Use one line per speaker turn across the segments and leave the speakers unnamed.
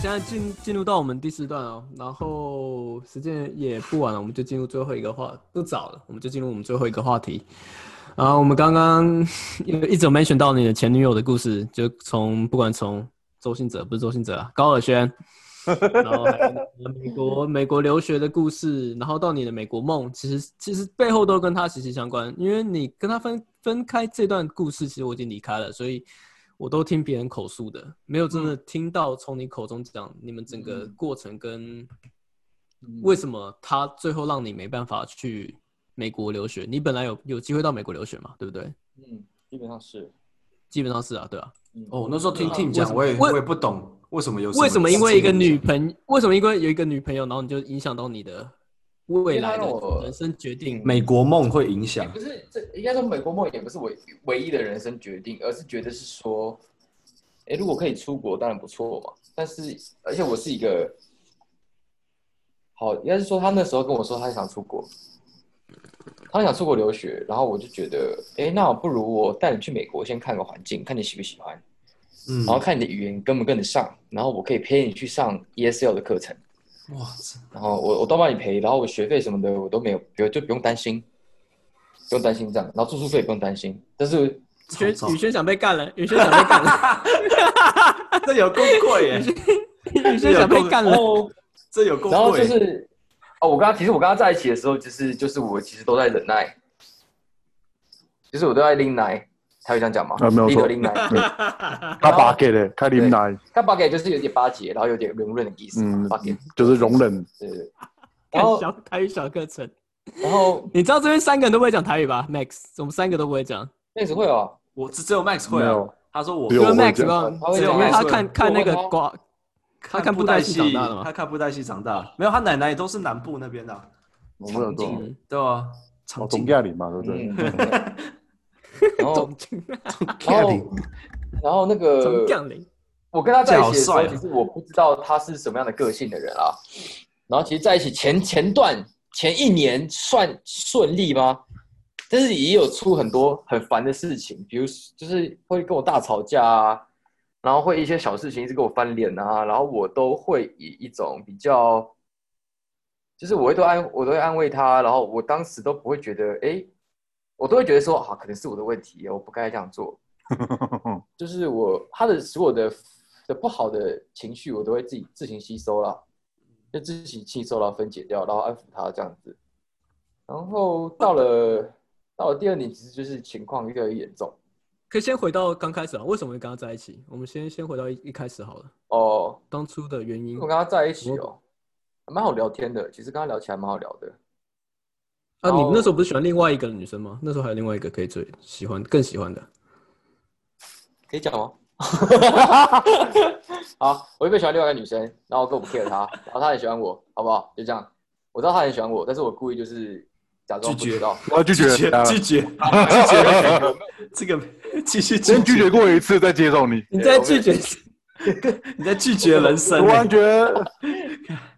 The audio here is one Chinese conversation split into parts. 现在进进入到我们第四段哦，然后时间也不晚了，我们就进入最后一个话，不早了，我们就进入我们最后一个话题。然后我们刚刚一直有 mention 到你的前女友的故事，就从不管从周信哲不是周信哲啊，高尔轩，然后还有你的美国美国留学的故事，然后到你的美国梦，其实其实背后都跟他息息相关，因为你跟他分分开这段故事，其实我已经离开了，所以我都听别人口述的，没有真的听到从你口中讲你们整个过程跟
嗯
为什么他最后让你没办法去美国留学。你本来有有机会到美国留学嘛，对不对？
嗯，基本上是。
基本上是啊，对啊。
嗯
哦，那时候听
啊
Tim
为什
讲，
么
我也
为
我也不懂为什么有
为什么因为一个女
事情
朋为什么因为有一个女朋友，然后你就影响到你的未来的
因为她让我
人生决定？
美国梦会影响
也不是这应该说美国梦也不是唯唯一的人生决定，而是觉得是说，哎，如果可以出国当然不错嘛。但是而且我是一个，好应该是说他那时候跟我说他想出国，他想出国留学，然后我就觉得，哎，那我不如我带你去美国先看个环境，看你喜不喜欢，
嗯，
然后看你的语言跟不跟得上，然后我可以陪你去上 ESL 的课程，
哇，这
然后我我都帮你赔，然后我学费什么的我都没有，不用就不用担心，不用担心这样，然后住宿费也不用担心。但是
轩
超糟
宇轩想被干了， 宇轩想被干了，
这有够贵耶，
宇轩想被干
然
了。
后
这有 够
然后就
贵，
是哦，我跟他其实我跟他在一起的时候，就是就是我其实都在忍耐，就是我都在拎奶，他有这样讲吗？
啊没有错
拎着拎奶，
他把给的，他林来，
他八给就是有点巴结，然后有点容忍的意思嘛，
嗯
八给
就是容忍，
对对对。然
然
后
后小台语小课程，
然后
你知道这边三个人都不会讲台语吧？Max，我们三个都不会讲，
那时候会 哦，
我只只有 Max
没
会啊
有，，
他说我
只
因
有
为
我会
Max
讲
吧，
他会
只有
因为
Max
他
会
看看那个
我问他
瓜，他看
布
布
袋
袋戏长大的
他
嘛。
看布袋戏长大，没有，他奶奶也都是南部那边的啊，
我们有这种
嗯，
对啊，长
哦，
颈
总亚里嘛，对不对？
嗯，然后
总经
然后然后那个
总将领，
我跟他在一起的时
这好
候，
帅啊
其实我不知道他是什么样的个性的人啊。然后其实在一起前前段前一年算顺利吗？但是也有出很多很烦的事情，比如就是会跟我大吵架啊，然后会一些小事情一直跟我翻脸啊，然后我都会以一种比较，就是我会都安我都会安慰他，然后我当时都不会觉得诶，我都会觉得说啊，可能是我的问题，我不该这样做。
嗯
就是我他的所有的的不好的情绪，我都会自己自行吸收啦，就自行吸收了分解掉，然后安抚他这样子。然后到了到了第二年，其实就是情况越来越严重
可以先回到刚开始啊，为什么会跟他在一起？我们先先回到一一开始好了，
哦。
当初的原因
我跟他在一起哦，还蛮好聊天的，其实跟他聊起来蛮好聊的。
啊。你
哦
那时候不是喜欢另外一个女生吗？那时候还有另外一个可以追喜欢更喜欢的，
可以讲吗？ 好，我原本喜欢另外一个女生，然后我根本不 care 她，然后她很喜欢我，好不好？就这样，我知道她很喜欢我，但是我故意就是假装不
拒绝
知道。
我要拒
拒
绝，
绝
啊
拒绝拒绝， 这个继续
先拒绝，过一次再接受你，
你
对
在
我
拒
们
绝
你在拒绝人生
我
欸
完全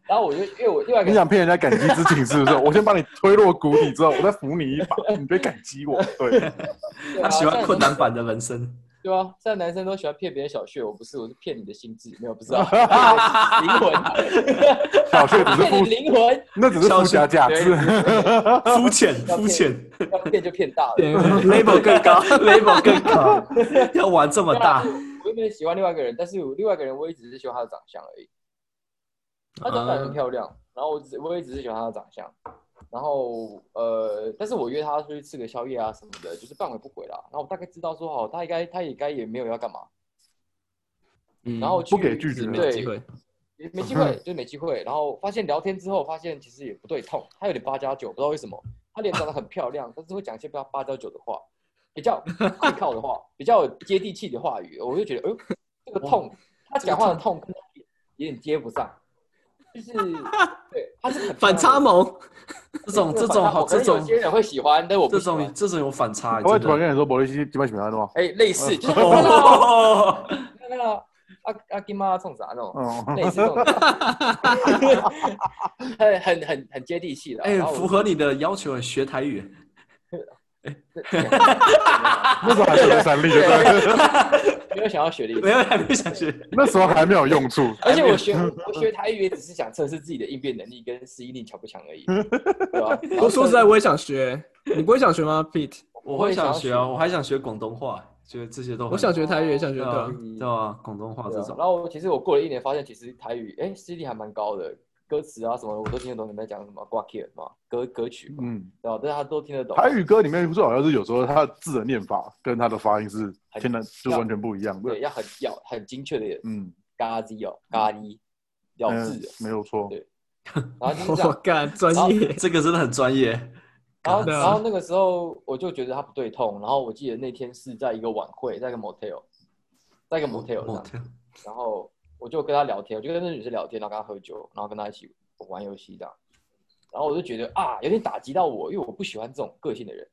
然后我就因为我另外一
你
个
想骗人家感激之情是不是？我先把你推落谷底之后，我再扶你一把，你别感激我。对，
对啊
他喜欢困。
现在
难版的人生，
对啊，现在男生都喜欢骗别人小穴，我不是，我是骗你的心智，没有不是 啊，灵魂，
小穴只是
骗你
附，
灵魂，
那只是附加价值。
肤浅肤浅
要骗就骗大了。
点 label 更高
，label 更高，要玩这么大，
啊我原本喜欢另外一个人，但是我另外一个人我也只是喜欢他的长相而已。她长得
啊
很漂亮，然后我只我也只是喜欢她的长相，然后呃，但是我约她出去吃个宵夜啊什么的，就是半回不回啦。然后我大概知道说，哦，她应该她也该也没有要干嘛，
嗯
然后
不给拒
去
绝
是没有
对，
机会。
也没机会，就是没机会。然后发现聊天之后，发现其实也不对痛，她有点八加九，不知道为什么。她脸长得很漂亮，但是会讲一些比较八加九的话，比较会靠的话，比较接地气的话语，我就觉得，哎呦，这个痛，她讲话的痛跟她脸有点接不上，就是对，她是很漂亮
反
的
差萌，
这种这
反
种
差
好
可
这
能有
种
些人会喜欢，但我不
这
喜欢
种。这种有反差欸，
我会
真
突然
的
跟你说，伯利希基本喜欢的吗？
哎，类似就是看 到
哦，
看到阿阿啊金妈冲啥那种，
嗯，
类似这种，很很很很接地气的。啊
哎
然，后我
符合你的要求，学台语，
那时候还是在三立，对不对
没有想要学历。
没有，还没想学。
那时候还没有用处。
而且我学我学台语也只是想测试自己的应变能力跟适应力强不强而已，对吧？然后
我说实在，我也想学。你不会想学吗，Pete？
我
我
会
也想
想学啊，
学
我还想学广东话，觉得这些都 很
我想学台语，也想学
对
对
啊
啊。
嗯
对吧？广东话
对
这
啊
种
然，后我其实我过了一年，发现其实台语哎适应力还蛮高的，歌词啊什么我都听得懂你们在讲什么挂 k 嘛歌歌曲嘛，
嗯，
对吧？但是他都听得懂。
台语歌里面最好像是有时候它的字的念法跟它的发音是天然就
像
完全不一样
对，
的。
要很要很精确的
嗯，
嘎叽哦嘎叽咬字
嗯，没有错
对。然后就是这啊
我
样，
干，专业。
这个真的很专业。
然后
对啊
然后那个时候我就觉得他不对痛，然后我记得那天是在一个晚会，在一个 motel，在一个 motel 上，
motel
然后我就跟他聊天，我就跟那女生聊天，然后跟她喝酒，然后跟她一起玩游戏这样，然后我就觉得啊，有点打击到我，因为我不喜欢这种个性的人，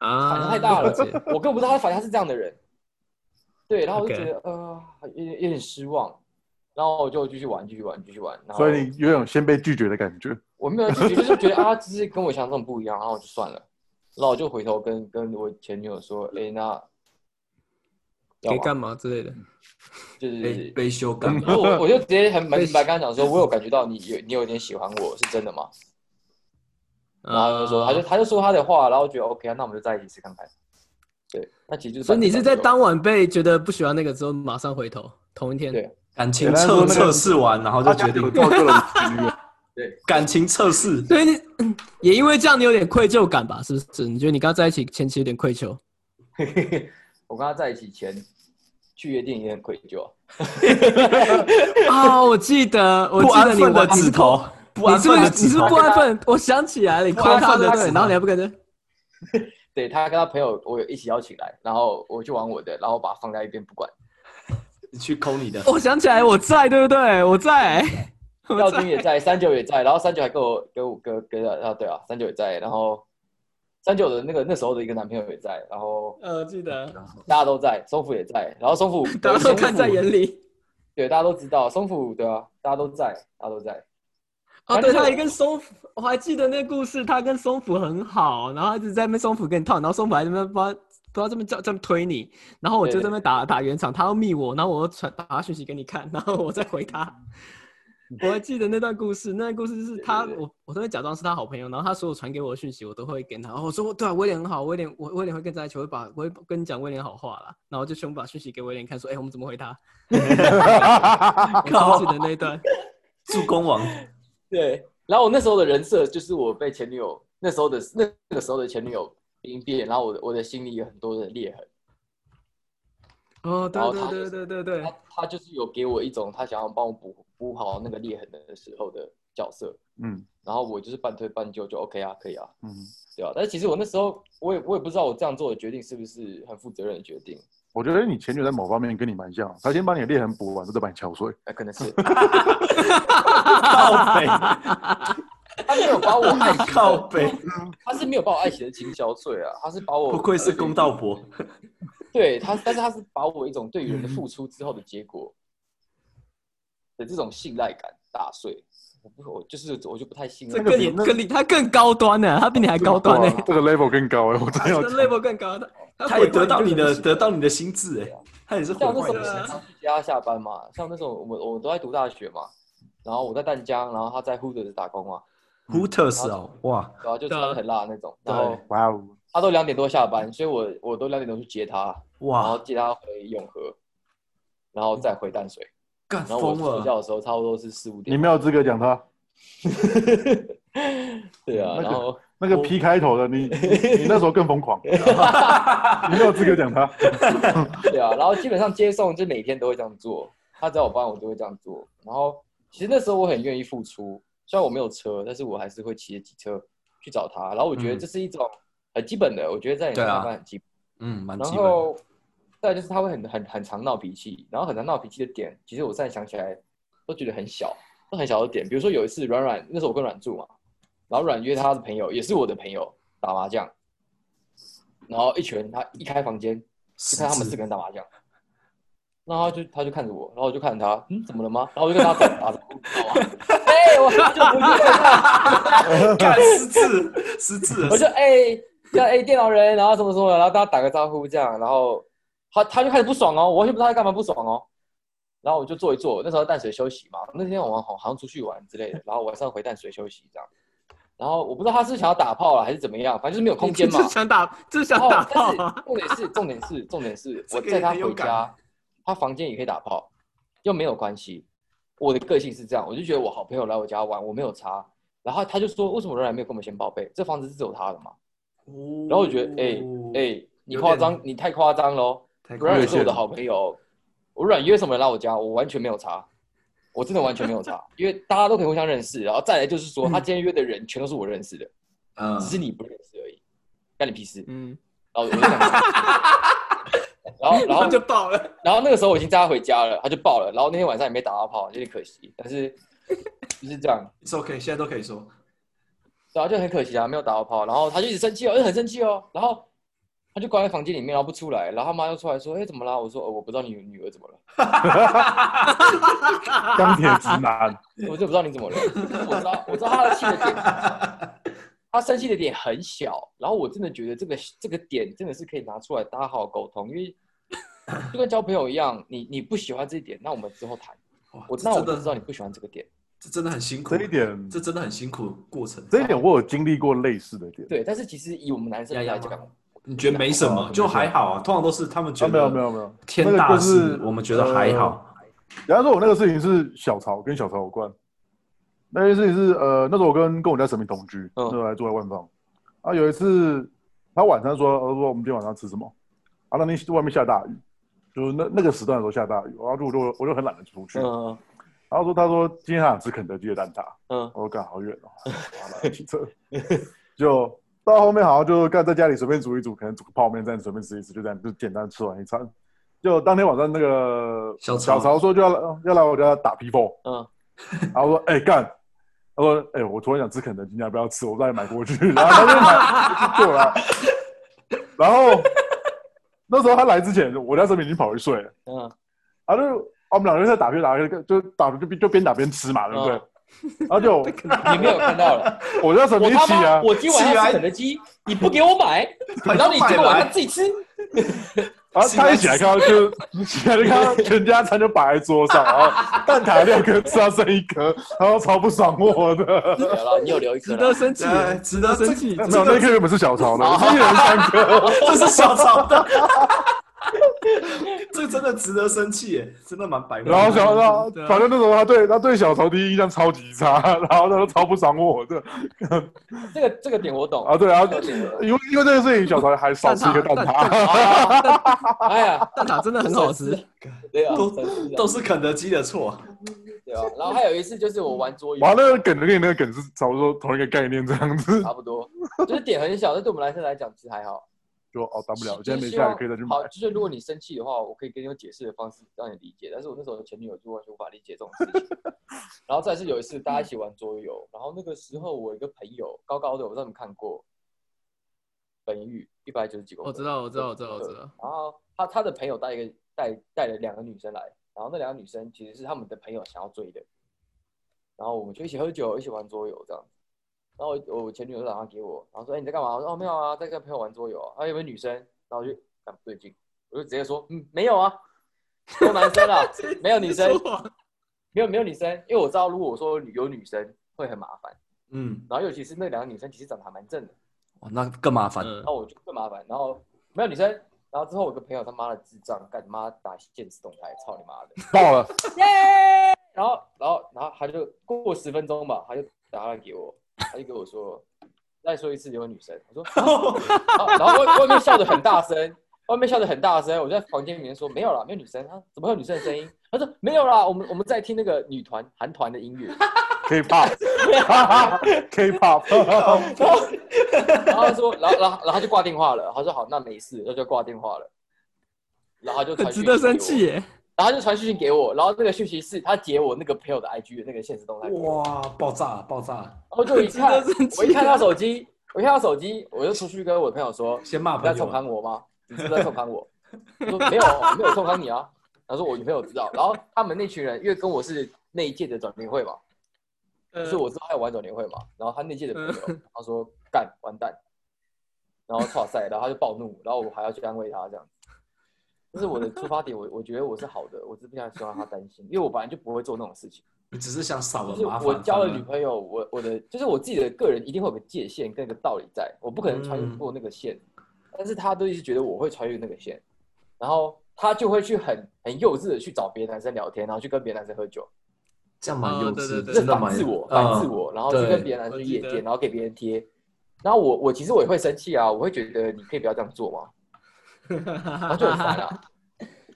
啊，
反应太大了
解，
我更不知道他反正他是这样的人，对，然后我就觉得呃有点有点失望，然后我就继续玩，继续玩，继续玩，然后
所以你有种先被拒绝的感觉。
我没有拒绝，就是觉得啊，只是跟我想象中不一样，然后我就算了，然后我就回头跟跟我前女友说，哎、那
可
要
以干
嘛？
嘛之类的。
就
被
是，
被修改，
然后 我我就直接很蛮明白跟他讲说，我有感觉到你有你有点喜欢我，是真的吗？
啊
然后他就说，他就他就说他的话，然后我觉得 OK 啊，那我们就在一起试看看。对，那其实就是
所以你是在
把这个
当晚被觉得不喜欢那个之后，马上回头，同一天。
对
感情测测试完，然后就 决定哦
造就了你的局
感情测试。
所以你 嗯也因为这样，你有点愧疚感吧？是不是？你觉得你刚在一起前期有点 愧疚？
我跟他在一起前去夜店也很愧疚啊，
啊，我记得，我
不
记得
安
你
分的
玩
指，头，不
你
安
是不
分
是
的
你
指
是不
头
是不。安分？我想起来了，你
不
夸
安
他
分
的
的
对，
指头
然后你还不跟着，
对他跟他朋友我有一起邀请来，然后我去玩我的，然后把他放在一边不管。
你去抠你的，
哦我想起来，我在，对不对？我在，我
廖军
在。
也在，三九也在，然后三九还跟我跟我跟跟啊对啊，三九也在，然后三九的那个那时候的一个男朋友也在，然后
呃，我记得，
大家都在，松虎也在，然后松虎
大家都看在眼，里。
对，大家都知道松虎对啊，大家都在，大家都在，
哦，
反
对，
正就是
他也跟松虎，我还记得那故事，他跟松虎很好，然后他一直在那边松虎跟你套，然后松虎还在那边不知道不知道这么叫这么推你，然后我就
对
在那边打打圆场，他要密我，然后我又传打讯息给你看，然后我再回 他。我还记得那段故事，那段故事是他，
对对对
我我都会假装是他好朋友，然后他所有传给我的讯息，我都会给他。然后我说对啊，威廉很好，威廉我威廉会跟在一起，我会把我会跟你讲威廉好话啦。然后就全部把讯息给威廉看，说哎、我们怎么 回他？我超记得那一段，
助攻王，
对，然后我那时候的人设就是我被前女友那时候的那那个时候的前女友兵变，然后我的我的心里有很多的裂痕。
哦，对
然后
对
他就
对
是
对对对
他。他就是有给我一种他想要帮我补补好那个裂痕的时候的角色，
嗯
然后我就是半推半就，就 OK 啊，可以啊，
嗯，
对啊。但是其实我那时候我也我也不知道我这样做的决定是不是很负责任的决定，
我觉得你前女友在某方面跟你蛮像，她先把你的裂痕补完，再把你 敲碎。
呃，可能是
靠 北，
他没有把我爱情
靠
的，
北，
他是没有把我爱情的情消碎啊，他是把我
不愧是公道 婆。
对他，但是他是把我一种对于人的付出之后的结果的这种信赖感打碎。我不，我就是我就不太信
这
任
更也更厉，他更高端呢、他比你还高端呢、
欸
哇这个 level 更高哎，我真的
他
要
的 level 更高，他
他也得到你的，
得
得到你的心智哎，他也是毁
像那
坏
时
你的
候
心
啊我
智。
常去接他下班嘛，像那时候我们我们都在读大学嘛，然后我在淡江，然后他在 Hooters 打工嘛，
Hooters 哦，哇，
然后就穿的很辣那种，
对
然后
哇哦，
他都两点多下班，所以我我都两点多去接他，然后
哇，
接他回永和，然后再回淡水，
干
然后我
疯
睡
了，
觉的时候差不多是四五
嗯你
点，
没有资格讲她
对啊，
那个
然后
那个 P 开头 的，你你你那时候更疯狂，你没有资格 讲她。
对啊，然后基本上接送就每天都会这样做，他只要我班我就会这样做，然后其实那时候我很愿意付出，虽然我没有车，但是我还是会骑着机车去找他，然后我觉
嗯
得这是一种很基本的，我觉得在你
对啊
上班很基本。
嗯，蛮
然
基本。
后再来就是他会很很很常闹脾气，然后很常闹脾气的点，其实我现在想起来都觉得很小，都很小的点。比如说有一次软软，那时候我跟软住嘛，然后软约他的朋友，也是我的朋友打麻将，然后一拳他一开房间就看他们四个人打麻将。然后他就他就看着我，然后我就看着他，嗯，怎么了吗？然后我就跟他打打招呼，你知道吗？哎、我就不去了
干失智，失智了
我就哎、这样哎、电脑人，然后什么什么，然后大家打个招呼这样，然后他他就开始不爽哦，我完全不知道他干嘛不爽哦。然后我就坐一坐，那时候淡水休息嘛，那天我们好好像出去玩之类的，然后晚上回淡水休息这样。然后我不知道他是想要打炮了还是怎么样，反正就是没有空间嘛。
就想打，就想
哦
打，
但
炮
是
啊！
重点是重点是重点是我
这个
载他
很有
回
感
家，他房间也可以打炮，又没有关系。我的个性是这样，我就觉得我好朋友来我家玩，我没有差。然后他就说，为什么仍然没有跟我们先报备？这房子是只有他的嘛？然后我觉得，哎、哎、你
有
夸
点
张，你太夸张喽！
哦太
软
了
软是我的好朋友，我软约什么人来我家，我完全没有查，我真的完全没有查，因为大家都可以互相认识。然后再来就是说，他今天约的人全都是我认识的，
嗯
只是你不认识而已，干你屁事。
嗯，
然后我就这样子然后 然后
就爆了，
然后那个时候我已经载他回家了，他就爆了。然后那天晚上也没打到炮，有点可惜，但是就是这样。
是 OK，现在都可以说。
然后就很可惜啊，没有打到炮。然后他就一直生气哦，就很生气哦。然后他就关在房间里面，然后不出来。然后他妈就出来说：“哎，怎么啦？”我说：“哦，我不知道你女儿怎么了，
钢铁直男，
我就不知道你怎么了。”我知道，我知道他的气的点，他生气的点很小。然后我真的觉得这个这个点真的是可以拿出来，大家好好沟通，因为就跟交朋友一样，你你不喜欢这一点，那我们之后谈。
哇
我
这
那我
真
就知道
的，
你不喜欢这个点，
这真的很辛苦
这。一点，
这真的很辛苦的过程。
这一点我有经历过类似的点。
对。但是其实以我们男生
呀呀
来
吗
讲，
你觉得没什么，就还好啊。通常都是他们觉
啊，
得
没有没有没有，
天大
那个呃
事
就，是
我们觉得还好。
比方说，我那个事情是小曹跟小曹有关。那件事情是呃，那时候我跟跟我家神明同居，那时候还住在万方。啊，有一次他晚上说，呃说我们今天晚上吃什么？啊，那天外面下大雨，就是那那个时段的时候下大雨，然后就我就我就很懒得出去。
嗯
然后说他说今天他想吃肯德基的蛋挞，
嗯
我说干好远哦，完了骑车，就到后面好像就干在家里随便煮一煮，可能煮个泡面这样随便吃一吃，就这样就简单吃完一餐。就当天晚上那个
小曹
小曹说就要来要来我家打披风，
嗯，
然后我说哎、干，他说哎、我突然想吃肯德基，你要不要吃？我再买过去，然后他就买过来，然后那时候他来之前，我家这边已经跑去睡了。
嗯
然后就我们两个人在打边打边就打就就边打边吃嘛，对不对？然后就
你没有看到了。
我就什么
我
一
他
起
妈，
啊，
我今晚要吃肯德基，你不给我 买，然后你今晚上自己吃，
然后啊他一起来看到就起来就看到全家餐就摆在桌上，然 后蛋挞六颗吃到剩一颗，然后超不爽我的。
有了，你有留一颗
值
了
得。
呃
生气，
哎值得
值得生气，
没有，那颗原本是小曹的，
啊
我一人三颗。
这是小曹的，这真的值得生气耶，真的蛮白目的。
然后 小，然后
啊
反正那时候他对他对小曹第一印象超级差， 然后他都超不爽我的。
这个这个点我懂。
啊，对，然后因为因为这件事情，小曹还少吃一个蛋挞。
哎 呀，
蛋挞真的很好吃，
对啊，
都
真是啊
都是肯德基的错。
对啊。然后还有一次就是我玩桌游，
完了，梗跟你那个梗是差不多同一个概念这样子。
差不多，就是点很小，但对我们男生来讲其实还好。
就哦，大不了，
就
现在
是
没
希
下来
望
可以再去买
好，。就是如果你生气的话，我可以给你用解释的方式让你理解，但是我那时候的前女友就完全无法理解这种事情。然后再是有一次大家一起玩桌游，然后那个时候我有一个朋友高高的，我不知道你们看过，本玉一百九十几公
我
分，
知道，我知道，我知道，我知 道，
然后他他的朋友带一个带带了两个女生来，然后那两个女生其实是他们的朋友想要追的，然后我们就一起喝酒，一起玩桌游这样子。然后我我前女友就打电话给我，然后说：“哎、你在干嘛？”我说：“哦，没有啊，在跟朋友玩桌游啊。”啊，有没有女生？然后我就看不对劲，我就直接说：“嗯，没有啊，都男生啊， 没有女生，没有没有女生。”因为我知道如果我说有女生会很麻烦，
嗯，
然后尤其是那两个女生其实长得还蛮正的，
哇那更麻烦。
嗯
然，后哦我就更麻烦，然后没有女生，然后之后我有个朋友他妈的智障，干你妈打现实动态，操你妈的！
爆了，
然后然后然后他就过十分钟吧，他就打来给我，他就给我说，再说一次有没有女生？我说，啊然后外外面笑得很大声，外面笑得很大声，我就在房间里面说没有啦，没有女生，他怎么会有女生的声音？他说没有啦，我们我们在听那个女团韩团的音乐。
K-pop，K-pop，
然后他说，然后然后然后他就挂电话了。他说好，那没事，那就挂电话了。然后他就
很
传
值
讯息
得
给
生
我
气耶，
然后他就传讯息给我，然后那个讯息是他截我那个朋友的 IG 的那个现实动态，然
哇，爆炸爆炸！
后就一看
值得生，气
我
啊
一看他手机，我一看他手机，我就出去跟我朋友 说，
先骂
你在
朋
冲
友，啊
康我吗？你是不是在冲康我？我说没有，没有冲康你啊。他说我女朋友知道，然后他们那群人因为跟我是那一届的转联会嘛，就是我知道他有玩转联会嘛，然后他那届的朋友，他说干完蛋，然后哇塞，然后他就暴怒，然后我还要去安慰他这样子。这是我的出发点，我我觉得我是好的，我是不想希望他担心，因为我本来就不会做那种事情。
你只是想少
就
了
是
麻烦。啊
我交了
反而
女朋友，我我的就是我自己的个人一定会有个界限跟一个道理在，我不可能
嗯
穿过那个线，但是他都一直觉得我会穿越那个线，然后他就会去很很幼稚的去找别的男生聊天，然后去跟别的男生喝酒，
这样蛮
哦
啊
幼
对
稚，
对对
这
真的
反
蛮
自我，
嗯
反自我，然后去跟别的男生夜
我记得
店，然后给别人贴，然后我我其实我也会生气啊，我会觉得你可以不要这样做嘛，
呃
然后就很 烦啊。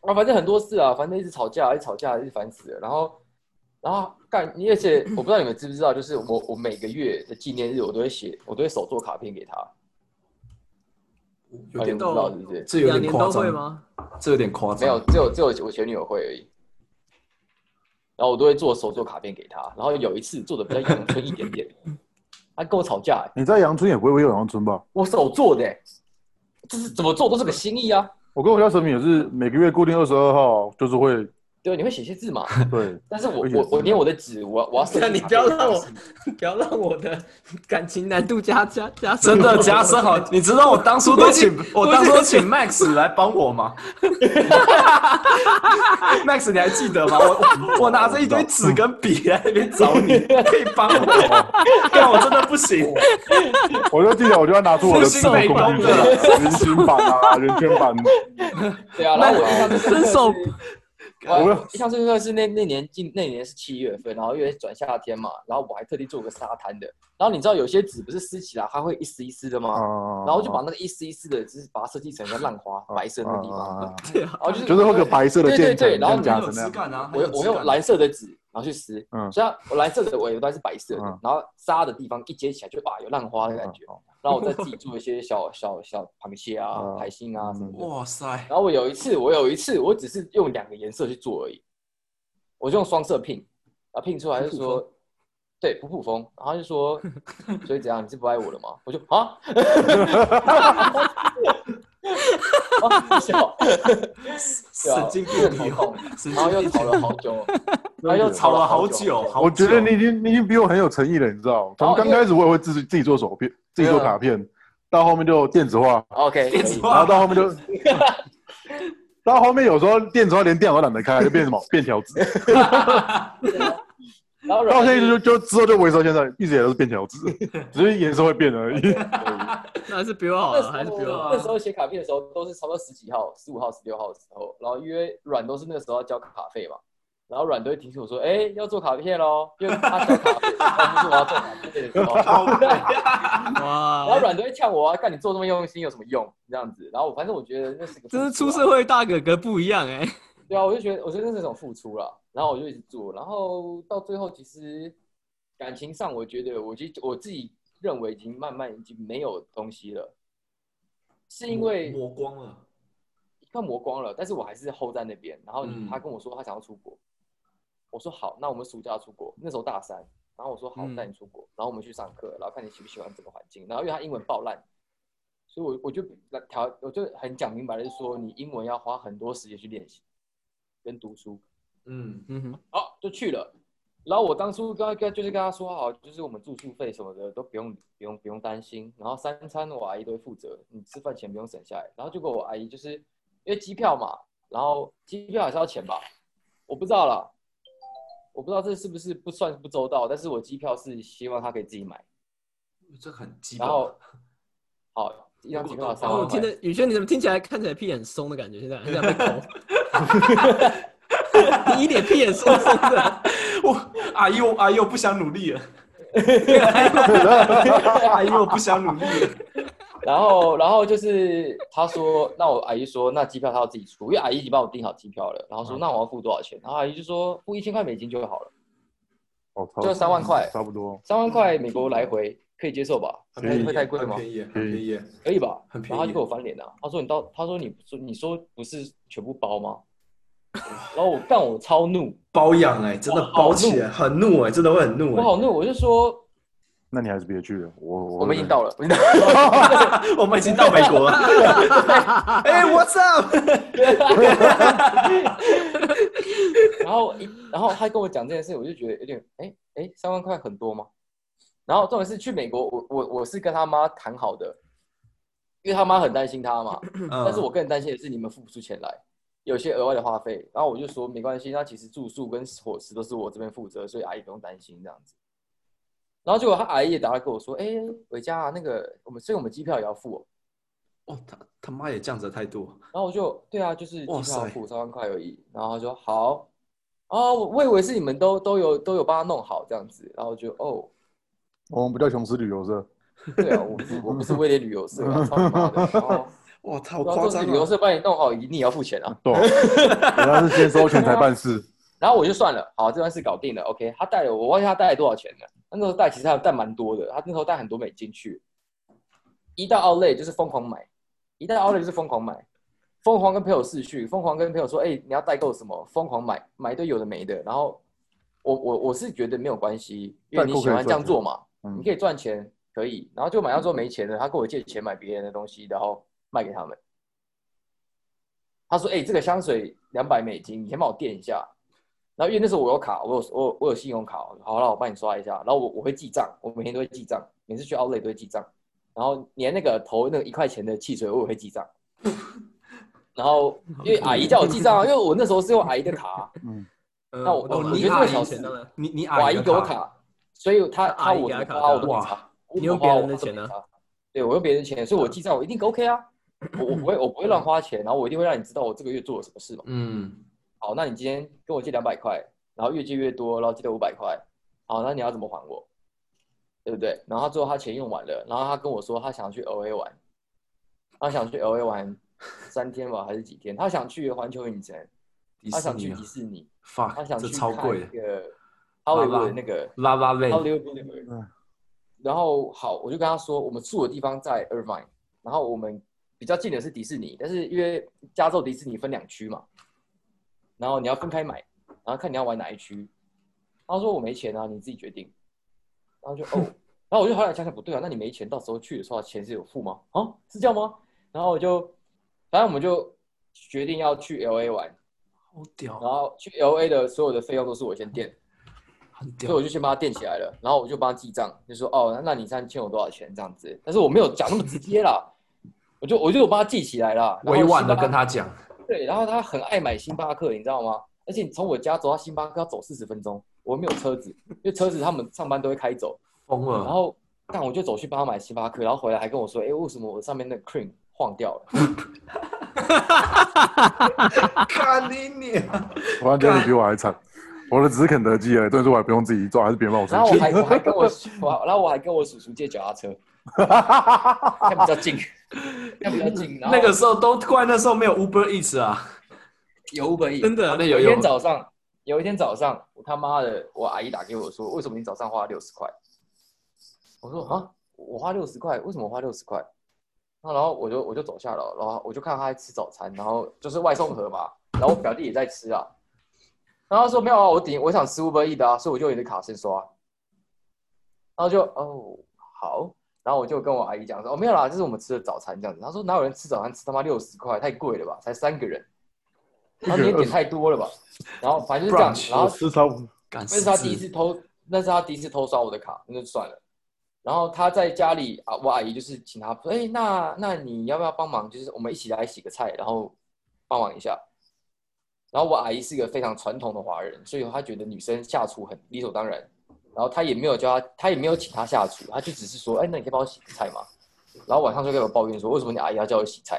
啊，反正很多事啊，反正一直吵架，一直吵架，一直烦死了。然后，然后干，而且我不知道你们知不知道，就是我我每个月的纪念日，我都会写，我都会手做卡片给他。
有点
啊你们不知道是不是？
这有
两年
点夸
都
张
会？ 吗？
这有点夸张。
没有，只有只有我前女友会而已。然后我都会做手做卡片给他。然后有一次做的比较阳春一点点，他跟我吵架、欸
你在阳春也不会有阳春吧？
我手做的、欸，就是怎么做都是个心意啊。
我跟我家神明也是每个月固定二十二号，就是会
对，啊你会写些字 嘛？
对
但是我
会写
我
字
我连我的纸，我我要设计
那你
卡
不要
片
让我，不要让我的感情难度加加加深。
真的加深好，你知道我当初都请我当初都请 Max 来帮我吗？Max，你还记得吗？我我拿着一堆纸跟笔来那边找你，可以帮我吗，但我真的不行。
我就记得我就要拿出我的自动
不行
工
被
具
攻
的人形版啊、人圈版，
对啊，然后我印象最深刻
伸
是
手
我
我
印象最深刻是那那年进那年是七月份，然后因为转夏天嘛，然后我还特地做个沙滩的。然后你知道有些纸不是撕起来它会一丝一丝的吗？
啊，
然后就把那个一丝一丝的，就是把它设计成一个浪花，
哦
白色那个地方，
啊，
然后就是
就是会有个白色的
对对
键盘
对，
这
然后
样
你
夹
很有
成那
质
样。
感啊，
我用我用蓝色的纸，然后去撕，
嗯
虽然我蓝色的尾端是白色的
嗯，
然后沙的地方一接起来就哇有浪花的感觉，然后我再自己做一些小小小螃蟹啊、
嗯
海星啊什么的。
哇塞，
然后我有一次，我有一次，我只是用两个颜色去做而已，我就用双色拼，然后拼出来就说，对，普普风，然后他就说，所以怎样，你是不爱我了吗？我就啊，啊笑，
神经病
对啊
哦，神
然后
经
又
病
吵了好久，然后又
吵了好
久
久，，好
我觉得
久
你已经你已经比我很有诚意了，你知道？从刚开始我也会自己自己做手片，自己做
啊
卡片，到后面就电子化，
OK，
电子
可以
化
然后到后面就， 到后面有时候电子化连电脑都懒得开，就 变什么便条纸，
然后
哦
到现在就就之后就维持到现在，一直也都是便条纸，只是颜色会变而已。
那还是比我好
那时
啊，
候
还是比我好
那
啊。
时候写卡片的时候都是差不多十几号、十五号、十六号的时候，然后约软都是那个时候要交卡费嘛，然后软都会提醒我说：“哎、要做卡片喽，因为他交卡费，他说我要做卡片的时候，
哦 哎
然后
哇，
软都会呛我啊，看你做这么用心有什么用？这样子，然后我反正我觉得那是个付出啊
真是出社会大哥哥不一样哎、
对啊，我就觉得我觉得那是一种付出啦，然后我就一直做，然后到最后其实感情上，我觉得我其实我自己认为已经慢慢已经没有东西了，是因为
磨光了，
快磨光了，但是我还是 hold 在那边。然后
嗯
他跟我说他想要出国，我说好，那我们暑假出国，那时候大三，然后我说好，
嗯
带你出国，然后我们去上课，然后看你喜不喜欢这个环境。然后因为他英文爆烂，所以我我就那调我就很讲明白的是说，你英文要花很多时间去练习跟读书。
嗯，
嗯哼，
好，就去了。然后我当初跟他跟就是跟他说好，就是我们住宿费什么的都不用不用不用担心，然后三餐我阿姨都会负责，你吃饭钱不用省下来。然后结果我阿姨就是因为机票嘛，然后机票还是要钱吧，我不知道啦，我不知道这是不是不算不周到，但是我机票是希望他可以自己买。
这很基本
然。后好，一张机票三
哦，
万
我
块
听，得宇轩，你怎么听起来看起来屁很松的感觉？现 在很想被抠。你一脸屁眼松 松的，
我阿姨，我阿姨，我不想努力了。
啊
阿姨，我不想努力了。
然后然后就是他说，那我阿姨说，那机票她要自己出，因为阿姨已经帮我订好机票了。然后说，那我要付多少钱？然后阿姨就说，付一千块美金就好了，
哦，差不多
就三万块
差不多。
三万块美国来回可以接受吧？
很
会
便宜
会太贵吗
很？便宜，很便宜。
可以吧？
很便宜
然后他就给我翻脸了，他说你到，他说你说你说不是全部包吗？ 然后我干我超怒，
包养哎，真的包起来，很怒哎，真的会很怒
我
哎。
好怒，我就说
那你还是别去了，我
我们已经到了，我们已经
我们已经到美国了。哎，What's up？
然后一然后他跟我讲这件事，我就觉得有点哎哎，三万块很多吗？然后重点是去美国，我我我是跟他妈谈好的，因为他妈很担心他嘛。
嗯
但是我更担心的是你们付不出钱来，有些额外的花费。然后我就说没关系，那其实住宿跟伙食都是我这边负责，所以阿姨不用担心这样子。然后结果他阿姨也打来跟我说：“哎、伟嘉、啊，那个我们所以我们机票也要付、哦。
哦，他他妈也降的太多，”
然后我就对啊，就是机
哇
票
塞
付三万块而已。然后他说好，哦，我我以为是你们都都有都有帮他弄好这样子。然后我就哦，
我们不叫琼斯旅游社，
对啊，我不是我不是为了旅游社啊，操你妈 的！然后
哇，他好
然
夸
后这
张
个旅游
啊！
社帮你弄好，你也要付钱啊。
对，人家是先收钱才 办事。
然后我就算了，好，这段事搞定了，OK。他带了我，忘记他带了多少钱了。那时候带其实他带蛮多的，他那时候带很多美金去。一到 Outlet 就是疯狂买，一到 Outlet 就是疯狂买，疯狂跟朋友试去，疯狂跟朋友说，哎、你要代购什么？疯狂买，买一堆有的没的。然后我我我是觉得没有关系，因为你喜欢这样做嘛，
嗯
你可以赚钱，可以。然后就买到之后没钱了，他跟我借钱买别人的东西，然后卖给他们。他说：“哎、这个香水两百美金，你先帮我垫一下。”然后因为那时候我有卡，我有我有我有信用卡，好了，我帮你刷一下。然后我我会记账，我每天都会记账，每次去 Outlet 都会记账。然后连那个投那个一块钱的汽水，我也会记账。然后因为阿姨叫我记账啊，因为我那时候是用阿姨的卡，
嗯，
嗯
那我
懂了
我
你
觉得这
阿
个
姨
小
钱
事
当然
你你
我阿
阿
姨
姨
给我
的，
卡，所以她
那
她
阿姨
我
给她
的
卡
花我
对
的
吧
卡
哇，
我
你用
花
别
我
人的
都没
钱啊
差对我用别人的钱，所以我记账我一定 OK 啊，我我不会我不会乱花钱，然后我一定会让你知道我这个月做了什么事嘛。
嗯，
好，那你今天跟我借两百块，然后越借越多，然后借了五百块，好，那你要怎么还我？对不对？然后他最后他钱用完了，然后他跟我说他想去 LA 玩，他想去 LA 玩三天吧还是几天？他想去环球影城，
迪
他
士
想去
尼
迪士尼，
啊
他想
，fuck，这
去
超
看
贵
那，个哈维
拉
尔
拉
那个
拉拉类
哈维尔 Boulevard
嗯
然后好，我就跟他说，我们住的地方在 Irvine，然后我们比较近的是迪士尼，但是因为加州迪士尼分两区嘛，然后你要分开买，然后看你要玩哪一区。他说我没钱啊，你自己决定。然后就哦，然后我就后来想想不对啊，那你没钱，到时候去的时候钱是有付吗？啊，是这样吗？然后我就，反正我们就决定要去 L A 玩，
好
然
屌，
后去 L A 的所有的费用都是我先垫。
很
所以
屌
我，就先帮他垫起来了，然后我就帮他记账，就说哦，那那你现在欠我多少钱这样子？但是我没有讲那么直接啦，我就我就有帮他记起来啦，然后
委婉的
星巴
跟他讲，
对，然后他很爱买星巴克，你知道吗？而且你从我家走到星巴克要走四十分钟，我没有车子，因为车子他们上班都会开走，
疯了，
然后但我就走去帮他买星巴克，然后回来还跟我说，哎，为什么我上面那个 cream 晃掉了？
看你你，
突然间你比我还惨，我的只是肯德基而已，但是我还不用自己做，还是别人帮我
然后
生
我
气。
还我还跟我我然后我还跟我叔叔借脚踏 车，看比较近，看比较近，然后
那个时候都怪那时候没有 Uber Eats 啊，
有 Uber Eats
真的
啊那
有
有
一天
有
早上，有一天早上，我他妈的，我阿姨打给我说，为什么你早上花六十块？我说啊，我花六十块，为什么我花六十块？那然后我就我就走下楼，然后我就看他在吃早餐，然后就是外送盒嘛，然后我表弟也在吃啊。然后他说没有啊，我顶我想吃 Uber E 的啊，所以我就有你的卡先刷。然后就哦好，然后我就跟我阿姨讲说哦没有啦，这是我们吃的早餐这样子。他说哪有人吃早餐吃他妈六十块，太贵了吧，才三个人。然后你也点太多了吧？然后反正就是这样，
Brunch，
然后
吃超不
干
那是他第一次偷，那是他第一次偷刷我的卡，那就算了。然后他在家里啊，我阿姨就是请他说，哎、那那你要不要帮忙？就是我们一起来洗个菜，然后帮忙一下。然后我阿姨是一个非常传统的华人，所以她觉得女生下厨很理所当然。然后她也没有叫她，她也没有请她下厨，她就只是说，哎、那你可以帮我洗个菜吗？然后晚上就跟我抱怨说，为什么你阿姨要叫我洗菜？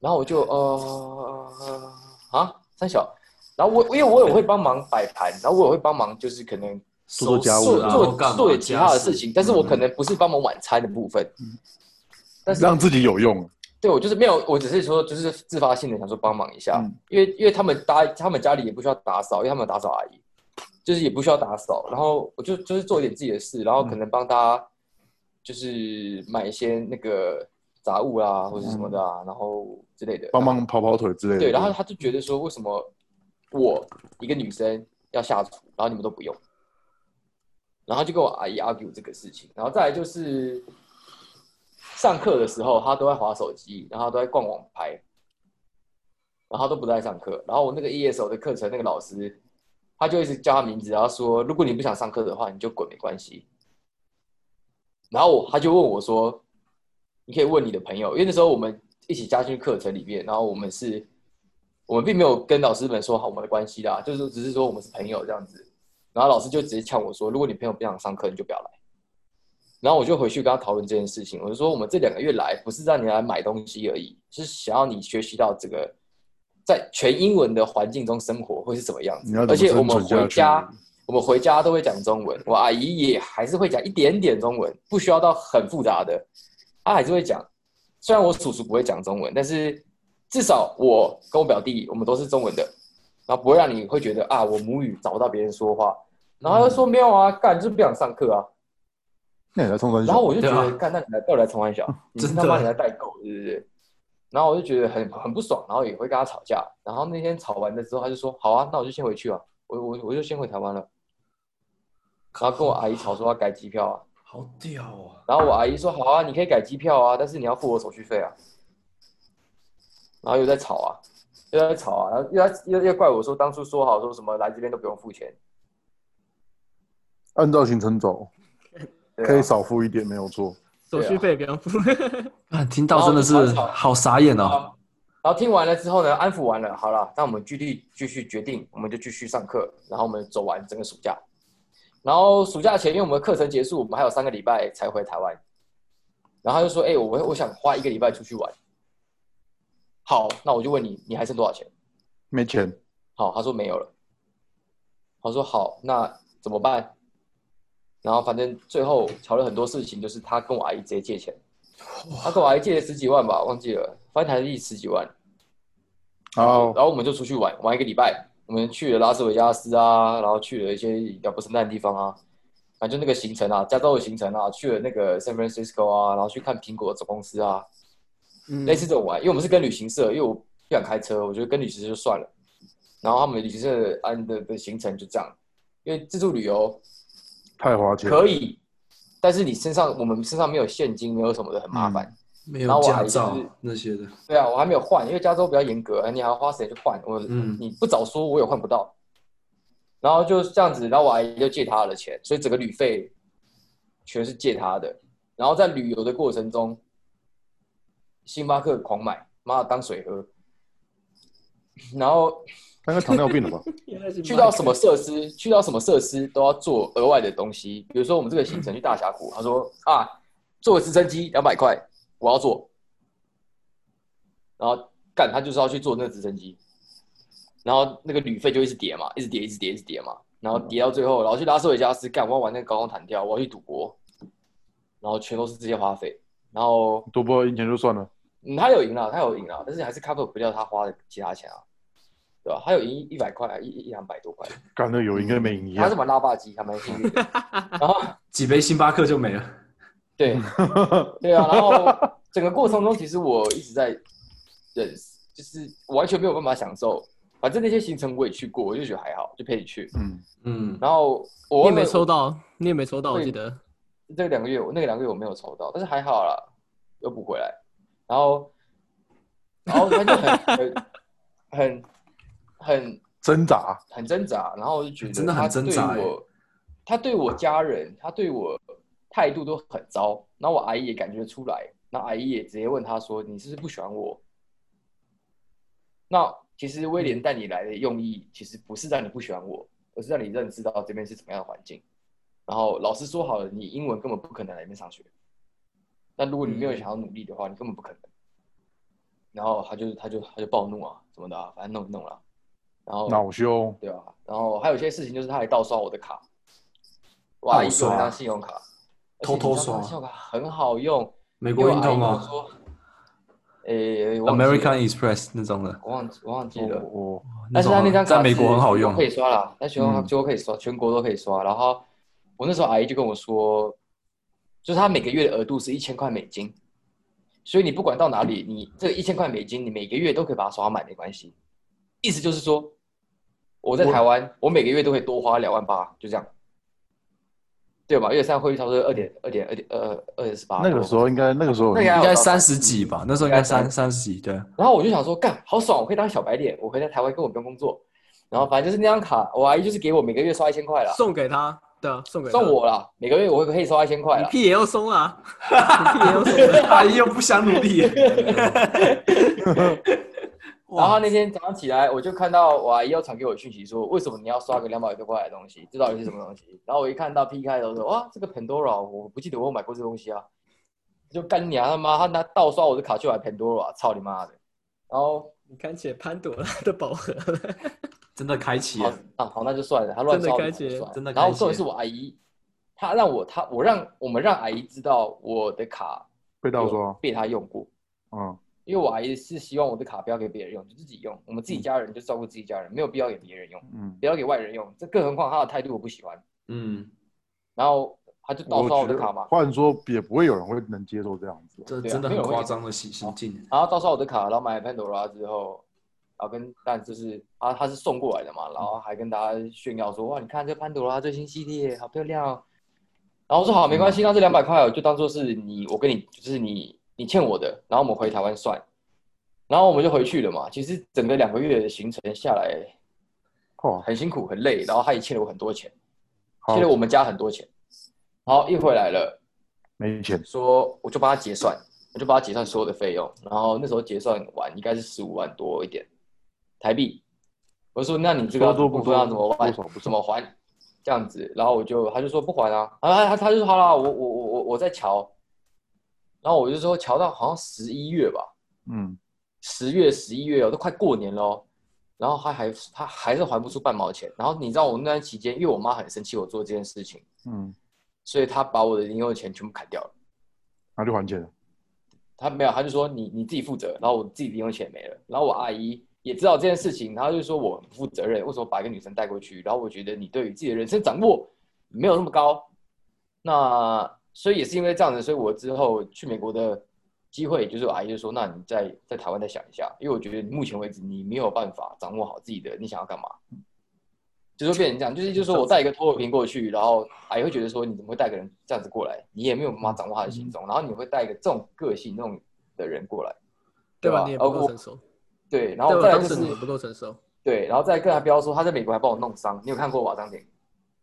然后我就呃啊三小，然后我因为我也会帮忙摆盘，然后我也会帮忙就是可能
做做家务
做
啊
做做点其他的事情，但是我可能不是帮忙晚餐的部分，但是
嗯
呃
让自己有用。
对我就是没有，我只是说就是自发性的想说帮忙一下，
嗯
因为因为他们搭他们家里也不需要打扫，因为他们有打扫阿姨，就是也不需要打扫，然后我就就是做一点自己的
嗯
事，然后可能帮他就是买一些那个杂物啊或者什么的
嗯
啊，然后之类的
帮忙跑跑腿之类的。
对，然后他就觉得说，为什么我一个女生要下厨，然后你们都不用？然后就跟我阿姨 argue 这个事情，然后再来就是上课的时候，他都在划手机，然后都在逛网拍，然后他都不在上课。然后我那个 ESO 的课程那个老师，他就一直叫他名字，然后说，如果你不想上课的话，你就滚，没关系。然后我他就问我说，你可以问你的朋友，因为那时候我们一起加进课程里面，然后我们是，我们并没有跟老师们说好我们的关系啦，就是只是说我们是朋友这样子。然后老师就直接呛我说，如果你朋友不想上课，你就不要来。然后我就回去跟他讨论这件事情，我就说我们这两个月来不是让你来买东西而已，是想要你学习到这个在全英文的环境中生活会是怎么样
你
子
要。
而
怎么
且我
生
们
存下
回
去
家，我们回家都会讲中文，我阿姨也还是会讲一点点中文，不需要到很复杂的，她还是会讲。虽然我叔叔不会讲中文，但是至少我跟我表弟我们都是中文的，然后不会让你会觉得啊我母语找不到别人说话，然后
嗯
他就说没有啊，干就是不想上课啊。
那你来冲三
然后
小，
我就觉得，
对啊
干、那你来到底来重 玩小，你是
真
他
的
妈你来代购，对不对？然后我就觉得很很不爽，然后也会跟他吵架。然后那天吵完了之后，他就说：“好啊，那我就先回去啊，我我我就先回台湾了。”然后跟我阿姨吵说要改机票啊，
好屌啊！
然后我阿姨说：“好啊，你可以改机票啊，但是你要付我手续费啊。”然后又在吵啊，又在吵啊，然后又在又又怪我说当初说好说什么来这边都不用付钱，
按照行程走，
对啊
可以少付一点，没有错。
手续费不要付。
啊，听到真的是好傻眼哦。
好然后听完了之后呢，安抚完了，好了，那我们继续继续决定，我们就继续上课，然后我们走完整个暑假。然后暑假前，因为我们课程结束，我们还有三个礼拜才回台湾。然后他就说：“哎、我我想花一个礼拜出去玩。”好，那我就问你，你还剩多少钱？
没钱，
好，他说没有了。我说好，那怎么办？然后反正最后吵了很多事情，就是他跟我阿姨直接借钱，他跟我阿姨借了十几万吧，忘记了，翻台币十几万。
好，
然后我们就出去玩玩一个礼拜，我们去了拉斯维加斯啊，然后去了一些鸟不生蛋的地方啊，反正就那个行程啊，加州的行程啊，去了那个 San Francisco 啊，然后去看苹果的总公司啊，
嗯
类似这种玩。因为我们是跟旅行社，因为我不想开车，我觉得跟旅行社就算了。然后他们旅行社安的的行程就这样，因为自助旅游
太花钱，
可以，但是你身上我们身上没有现金，没有什么的，很麻烦。
没
然后
有
我
驾
还
照
就是
那些的，
对啊，我还没有换，因为加州比较严格，你还要花时间去换。我、
嗯
你不早说，我也换不到。然后就这样子，然后我阿姨就借他的钱，所以整个旅费全是借他的。然后在旅游的过程中，星巴克狂买，妈的当水喝。然后
他应该糖尿病了吧？
去到什么设施，去到什么设施都要做额外的东西，比如说我们这个行程去大峡谷，他说啊，坐个直升机两百块，我要坐，然后干他就是要去坐那个直升机，然后那个旅费就一直叠嘛，一直叠，一直叠，一直叠嘛，然后叠到最后，然后去拉斯维加斯干，我要玩那个高空弹跳，我要去赌博，然后全都是这些花费，然后
赌博赢钱就算了，
嗯，他有赢了，他有赢了，但是还是 cover 不掉他花的其他钱啊，对吧？他有赢一百块，一一两百多块。
干的有赢跟没赢一
他
样
嗯是。玩拉霸机，还蛮幸运的。然后
几杯星巴克就没了。
对对啊，然后整个过程中，其实我一直在忍，就是完全没有办法享受。反正那些行程我也去过，我就觉得还好，就陪你去。
嗯，
嗯，
然后我
你也没抽
到
到，你也没抽到，我
对
记得。
这两个月，我那个两个月我没有抽到，但是还好啦，又补回来。然后，然后他就很 很很很
挣扎，
很挣扎，然后我就觉得
真的很挣扎
他对
欸
我，他对我家人，他对我态度都很糟。然后我阿姨也感觉出来，那阿姨也直接问他说：“你是不是不喜欢我？”那其实威
嗯
廉带你来的用意，其实不是让你不喜欢我，而是让你认识到这边是怎么样的环境。然后老师说好了，你英文根本不可能来这边上学。但如果你没
嗯
有想要努力的话，你根本不可能。然后他就他就他就暴怒啊，什么的、啊，反正弄一弄了。然后
恼羞，
对啊，然后还有一些事情就是他还盗刷我的卡，我阿姨给我一张信用卡，而且
偷偷刷
你知道那张信用卡很好用，
美
美
国运通哦
说，诶、我忘记了
，American Express 那种的，
我忘记我忘记了，
我我
但是他那张卡
啊在美国很好用
是可以刷啦，在全国
嗯
全国可以刷，全国都可以刷。然后我那时候阿姨就跟我说，就是他每个月的额度是一千块美金，所以你不管到哪里，你这一千块美金，你每个月都可以把它刷满，没关系。意思就是说，我在台湾，我每个月都会多花两万八，就这样，对吧？月三汇率差不多二点二点二点二二点十八。
那个时候应该那个时候
啊那个
应该三十几吧，那时候应该
应该
三三十几，对，
然后我就想说，干好爽，我可以当小白脸，我可以在台湾根本不用工作。然后反正就是那张卡，我阿姨就是给我每个月刷一千块啦，
送给他，对啊，送给他
送，我啦，每个月我可以刷一千块
你
啦。
屁也要送啊！有什么
大 一又不想努力。
然后那天早上起来，我就看到我阿姨又传给我讯息说，为什么你要刷个两百多块的东西？这到底是什么东西？然后我一看到 P 开头说，哇，这个 Pandora，我不记得我有买过这东西啊，就干你娘他妈，他拿盗刷我的卡去买 Pandora，操你妈的！然后
你看起来潘朵拉的宝盒了，
真的开启
好
了，
啊好，那就算了，他乱
真的
刷我
该
的卡
结
就算了
真的
然后
该
重点
结
是我阿姨，她让我她我让我们让阿姨知道我的卡
被盗
有
刷，
被她用过。
嗯，
因为我阿姨是希望我的卡不要给别人用，就自己用。我们自己家人就照顾自己家人，没有必要给别人用，
嗯，
不要给外人用。这更何况她的态度我不喜欢。
嗯，
然后她就盗刷
我
我
觉
的
得
卡嘛，
换说也不会有人会能接受这样子。
这
对啊
真的
没
很
有
夸张的行行径。
然后盗刷我的卡，然后买 Pandora 之后，然后跟但就是她她是送过来的嘛，然后还跟大家炫耀说哇，你看这 Pandora 最新系列好漂亮哦。然后我说好，没关系，那这两百块我就当做是你，我跟你就是你你欠我的，然后我们回台湾算。然后我们就回去了嘛。其实整个两个月的行程下来，
哦，
很辛苦很累，然后他也欠了我很多钱，
好
欠，了我们家很多钱。然后一回来了，
没钱，
说我就帮他结算，我就帮他结算所有的费用。然后那时候结算完应该是十五万多一点台币。我就说那你这个
多多不
部
多
分要怎么还
多少不？少
怎么还？这样子，然后我就他就说不还啊，然后他他就说好了，我我我我我在瞧。然后我就说瞧到好像十一月吧，
嗯，
十月、十一月哦，都快过年了哦，然后他还他还是还不出半毛钱。然后你知道我那段期间，因为我妈很生气我做这件事情，
嗯，
所以她把我的零用钱全部砍掉了。
那就还钱了。
她没有，她就说你你自己负责。然后我自己零用钱没了。然后我阿姨也知道这件事情，她就说我不负责任，为什么把一个女生带过去？然后我觉得你对于自己的人生掌握没有那么高。那所以也是因为这样子，所以我之后去美国的机会，就是我阿姨就说，那你在在台湾再想一下，因为我觉得目前为止你没有办法掌握好自己的你想要干嘛，就说变成这样，就是就是说我带一个拖油瓶过去，然后阿姨会觉得说你怎么会带个人这样子过来，你也没有办法掌握他的
嗯
行踪，然后你会带一个这种个性那种的人过来，
对
吧
吧？你也
哦
不够
我
成熟，
对，然
对
后
我
哦再来
当
就
时你也
是
不够成熟。
对，然后再更还不要说他在美国还帮我弄伤，你有看过吧张婷？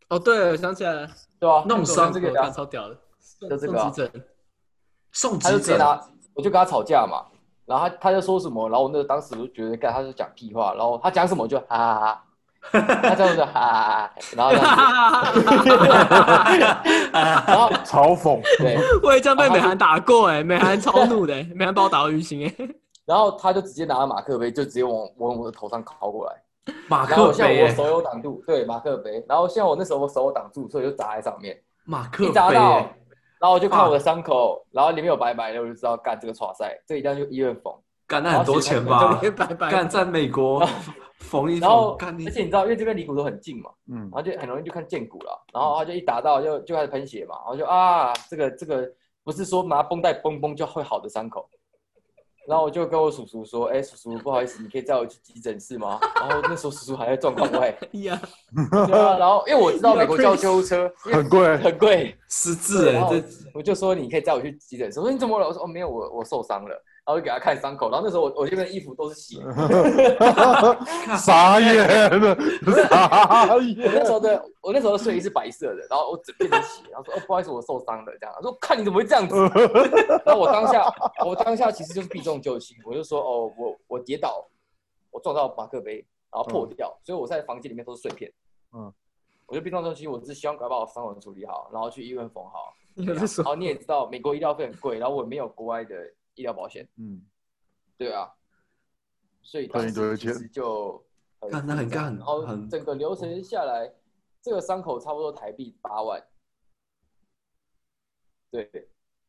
哦，对了，我想起来了，
对吧、
弄伤
这
我
个
看
啊，
超屌的，送
就这
送
个啊
急诊，
送
他就
急
直接
诊，
拿，我就跟他吵架嘛，然后他他就说什么，然后我那当时我就觉得，干他就讲屁话，然后他讲什么我就哈哈哈，他这样子哈哈哈，然后这 样
哎
子然后
嘲讽，
对，
我也这样被美韩打过哎、美韩超怒的、欸，美韩把我打到淤青哎、
然后他就直接拿了马克杯，就直接往往我的头上敲过来，
马
然后
克
我像
杯
我
耶，
手有挡住，对马克杯，然后像我那时候我手有挡住，所以就砸在上面，
马克
一
杯
砸到
耶，，
然后我就
啊
看我的伤口，然后里面有白白的，我就知道干这个耍赛，这一定要去医院缝。
干那很多钱吧
欸，？拜拜。
干在美 国缝一
然后
缝，，干你
而且你知道，因为这边离骨头很近嘛，
嗯
然，后就很容易就看见骨了，然后他就一打到就就开始喷血嘛，然后就啊，这个这个不是说拿绷带绷绷就会好的伤口，然后我就跟我叔叔说，哎、叔叔不好意思，你可以载我去急诊室吗？然后那时候叔叔还在状况 外，
呀，
对啊，然后因为我知道美国叫救护车因为
很贵，
很贵，
失智哎
然，后
这
我就说你可以载我去急诊室，我说你怎么了？我说哦没有，我我受伤了，然后就给他看伤口，然后那时候我我这边衣服都是血，
嗯 傻眼，傻
我那时
眼，
候的我那时候的睡衣是白色的，然后我整变成血，然后说哦不好意思，我受伤了这样。他说看你怎么会这样子，然后我当下我当下其实就是避重就轻，我就说哦我我跌倒，我撞到马克杯，然后破掉，所以我在房间里面都是碎片。嗯
嗯，
我就避重就轻，我只希望赶快把我伤口处理好，然后去医院缝好。
你有在
然
说
后你也知道美国医疗费很贵，然后我没有国外的医疗保险，
嗯，
对啊，所以
所以
当
你就
时
会
其实就很
干那很
复杂
干
然后
很哦
整个流程下来，这个伤口差不多台币八万，对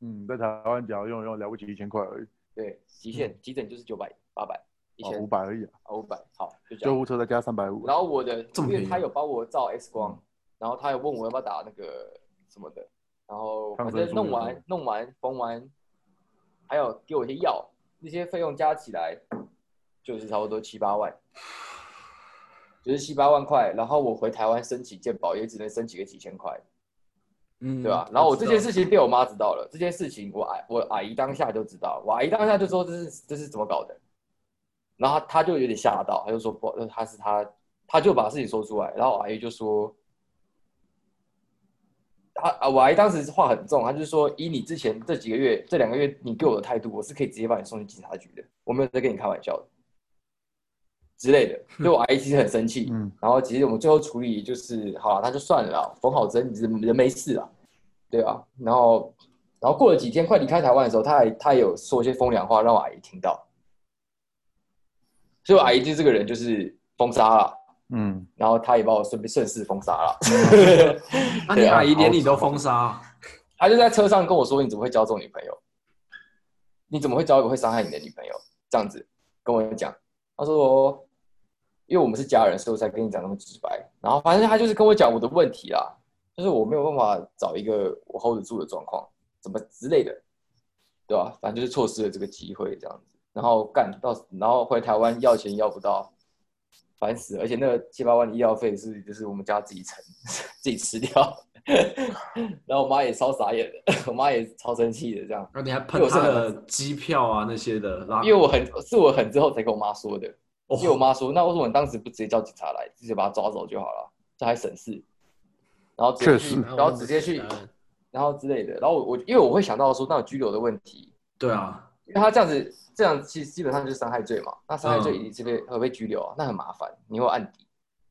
嗯，在台湾只要用用了不起一千块而已，
对，极
嗯
限急诊就是九百、八百、一
哦，
千
五、百而已啊，
五百，好就这
救
样。
护车再加三百五，啊
然后我的，
啊这么
因
便宜啊嗯
为他有帮我照 X 光，然后他有问我要不要打那个什么的，然后
抗
反
生素
正弄
有什
完
么
弄完缝完，还有给我一些药，那些费用加起来就是差不多七八万，就是七八万块。然后我回台湾申请健保也只能申请个几千块，
嗯
对吧、然后我这件事情被我妈知道了，这件事情我阿我阿姨当下就知道，我阿姨当下就说这是这是怎么搞的，然后她她就有点吓到，她就说不，呃她是她，她就把事情说出来，然后我阿姨就说，他啊，我还当时话很重，他就是说，以你之前这几个月、这两个月你对我的态度，我是可以直接把你送去警察局的，我没有在跟你开玩笑的之 类的。所以我阿姨其实很生气，
嗯，
然后其实我们最后处理就是，好了，那就算了啦，缝好针，你人人没事啦，对啊。然后，然后过了几天快离开台湾的时候，他还他有说一些风凉话，让我阿姨听到。所以我阿姨就这个人就是封杀了，
嗯，
然后她也把我顺便顺势封杀 了。啊
那你阿姨连你都封杀，
他就在车上跟我说：“你怎么会交这种女朋友？你怎么会交一个会伤害你的女朋友？”这样子跟我讲，他说：“哦因为我们是家人，所以我才跟你讲那么直白。”然后反正他就是跟我讲我的问题啦，就是我没有办法找一个我 hold 得住的状况，怎么之类的，对吧、反正就是错失了这个机会这样子。然后干到，然后回台湾要钱要不到，烦死了！而且那个七八万的医药费是就是我们家自己承 自己吃掉。 然后我妈也超傻眼的，我妈也超生气的，这样，
那你还喷他的机票啊那些的，然后
因为我很是我很之后才跟我妈说的，
哦
因为我妈说，那为什么你当时不直接叫警察来，直接把他抓走就好了，这还省事，然后直接
确
去
实
然后直接去，
呃
然后之类的，然后我因为我会想到说，那有拘留的问题，
对啊，
因为他这样子这样其实基本上就是伤害罪嘛，那伤害
嗯
罪一定是被会被拘留啊，那很麻烦，你会有案底，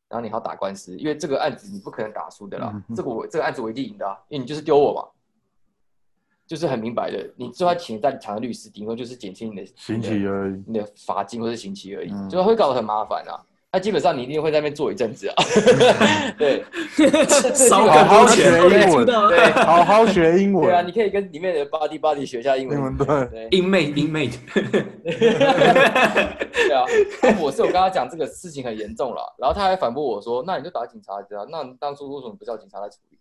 然后你还要打官司，因为这个案子你不可能打输的啦，
嗯哼
这个我这个案子我一定赢的、啊，因为你就是丢我嘛，就是很明白的，你就算请在场的律师，顶多就是减轻你的
嗯刑
你的
期而已。
你的罚金或是刑期而已，
嗯
就会搞得很麻烦啊。那基本上你一定会在那边坐一阵 子啊，对
烧
好
更
好
多
学
钱，
英文，
对
好好学英
对啊，
文，
你可以跟里面的 body body 学一下英
英文
文，
对。
对。
inmate inmate，
对 啊，啊我是有跟他讲这个事情很严重了，然后他还反驳我说：“那你就打警察局啊，那你当初为什么不叫警察来处理？”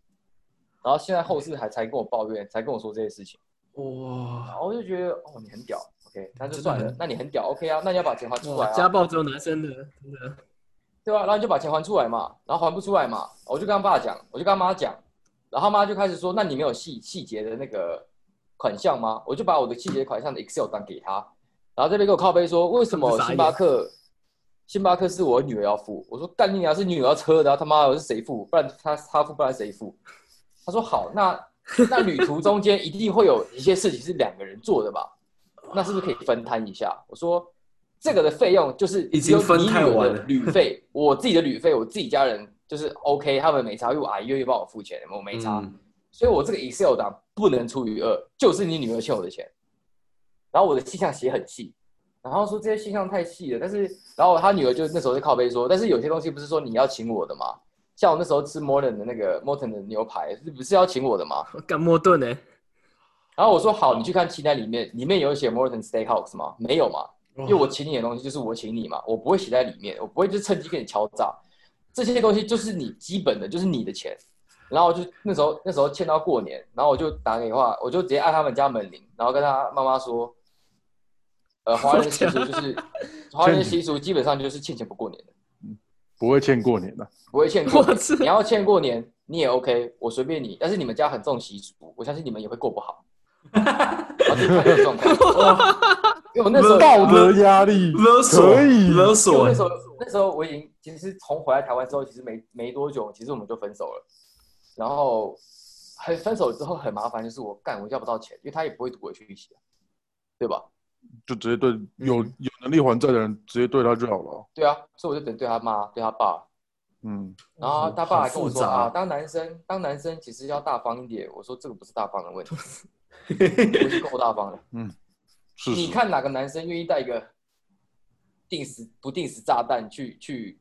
然后现在后世还才跟我抱怨，才跟我说这些事情，然
哇，
后我就觉得哦，你很屌，OK，那就
真的
算了
很，
那你很屌，OK 啊，那你要把钱还出
哇
来，
家
啊，
暴只有男生的，真的。
对啊，然后你就把钱还出来嘛，然后还不出来嘛，我就跟他爸讲，我就跟他妈讲，然后他妈就开始说：“那你没有细细节的那个款项吗？”我就把我的细节款项的 Excel 单给他，然后这边给我靠背说，为什么星巴克星巴克是我女儿要付？我说干你娘是你女儿要车的、啊，他妈的是谁付？不然他他付，不然谁付？他说好，那那旅途中间一定会有一些事情是两个人做的吧？那是不是可以分摊一下？我说这个的费用就是
已经分摊完
只有你女儿
了
的旅费， 我自己的旅费，我自己家人就是 OK，他们没差，因为我阿姨愿意帮我付钱，我没差。
嗯
所以我这个 Excel 档不能除以二，就是你女儿欠我的钱。然后我的细项写很细，然后说这些细项太细了，但是然后他女儿就那时候就靠背说，但是有些东西不是说你要请我的吗？像我那时候吃 Morton 的那个 Morton 的牛排，是不是要请我的吗？
我干莫顿呢？
然后我说好，你去看清单里面，里面有写 Morton Steakhouse 吗？没有嘛，因为我请你的东西就是我请你嘛，我不会写在里面，我不会就是趁机跟你敲诈，这些东西就是你基本的，就是你的钱。然后我就那时候那时候欠到过年，然后我就打电话，我就直接按他们家门铃，然后跟他妈妈说，呃，华人的习俗就是，华人的习俗基本上就是欠钱不过年的，
不会欠过年的、
不会欠过
我
年
知。
你要欠过年，你也 OK，我随便你。但是你们家很重习俗，我相信你们也会过不 好。然后就看这个状况，因为我那时候
道德压力
勒索
可以
勒
因为
索欸
那，时候那时候我已经其实从回来台湾之后，其实没没多久，其实我们就分手了。然后很分手之后很麻烦，就是我干我要不到钱，因为他也不会赌我去一起，对吧？
就直接对有有能力还债的人直接对他就好了。
对啊，所以我就等对他妈对他爸，
嗯，
然后他爸还跟我
好复
说
杂
啊，当男生当男生其实要大方一点。我说这个不是大方的问题，我已经够大 方了。
是
你
是，
看哪个男生愿意带一个定时不定时炸弹去去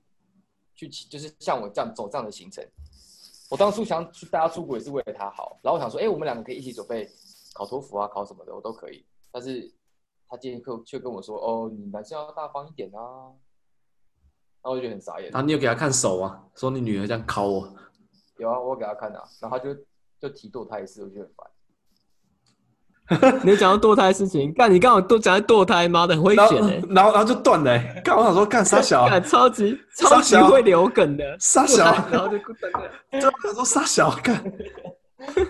去，就是像我这样走这样的行程？我当初想去带他出国也是为了他好，然后我想说，哎、我们两个可以一起准备考托福啊，考什么的，我都可以。但是他今天课却跟我说，哦，你男生要大方一点啊。然后我就觉得很傻眼
然，后你有给他看手啊，说你女儿这样考我，
有啊，我有给他看啊，然后他就就提堕胎一次，我就很烦。
你有讲到堕胎的事情，干你刚好都讲在堕胎，妈的很危
然后
险哎、
然后然后就断了欸、干我想说干傻小啊，
干超级
傻
超级
小
会留梗的，
傻小啊，
然后就断掉。
对，啊我想说傻小干，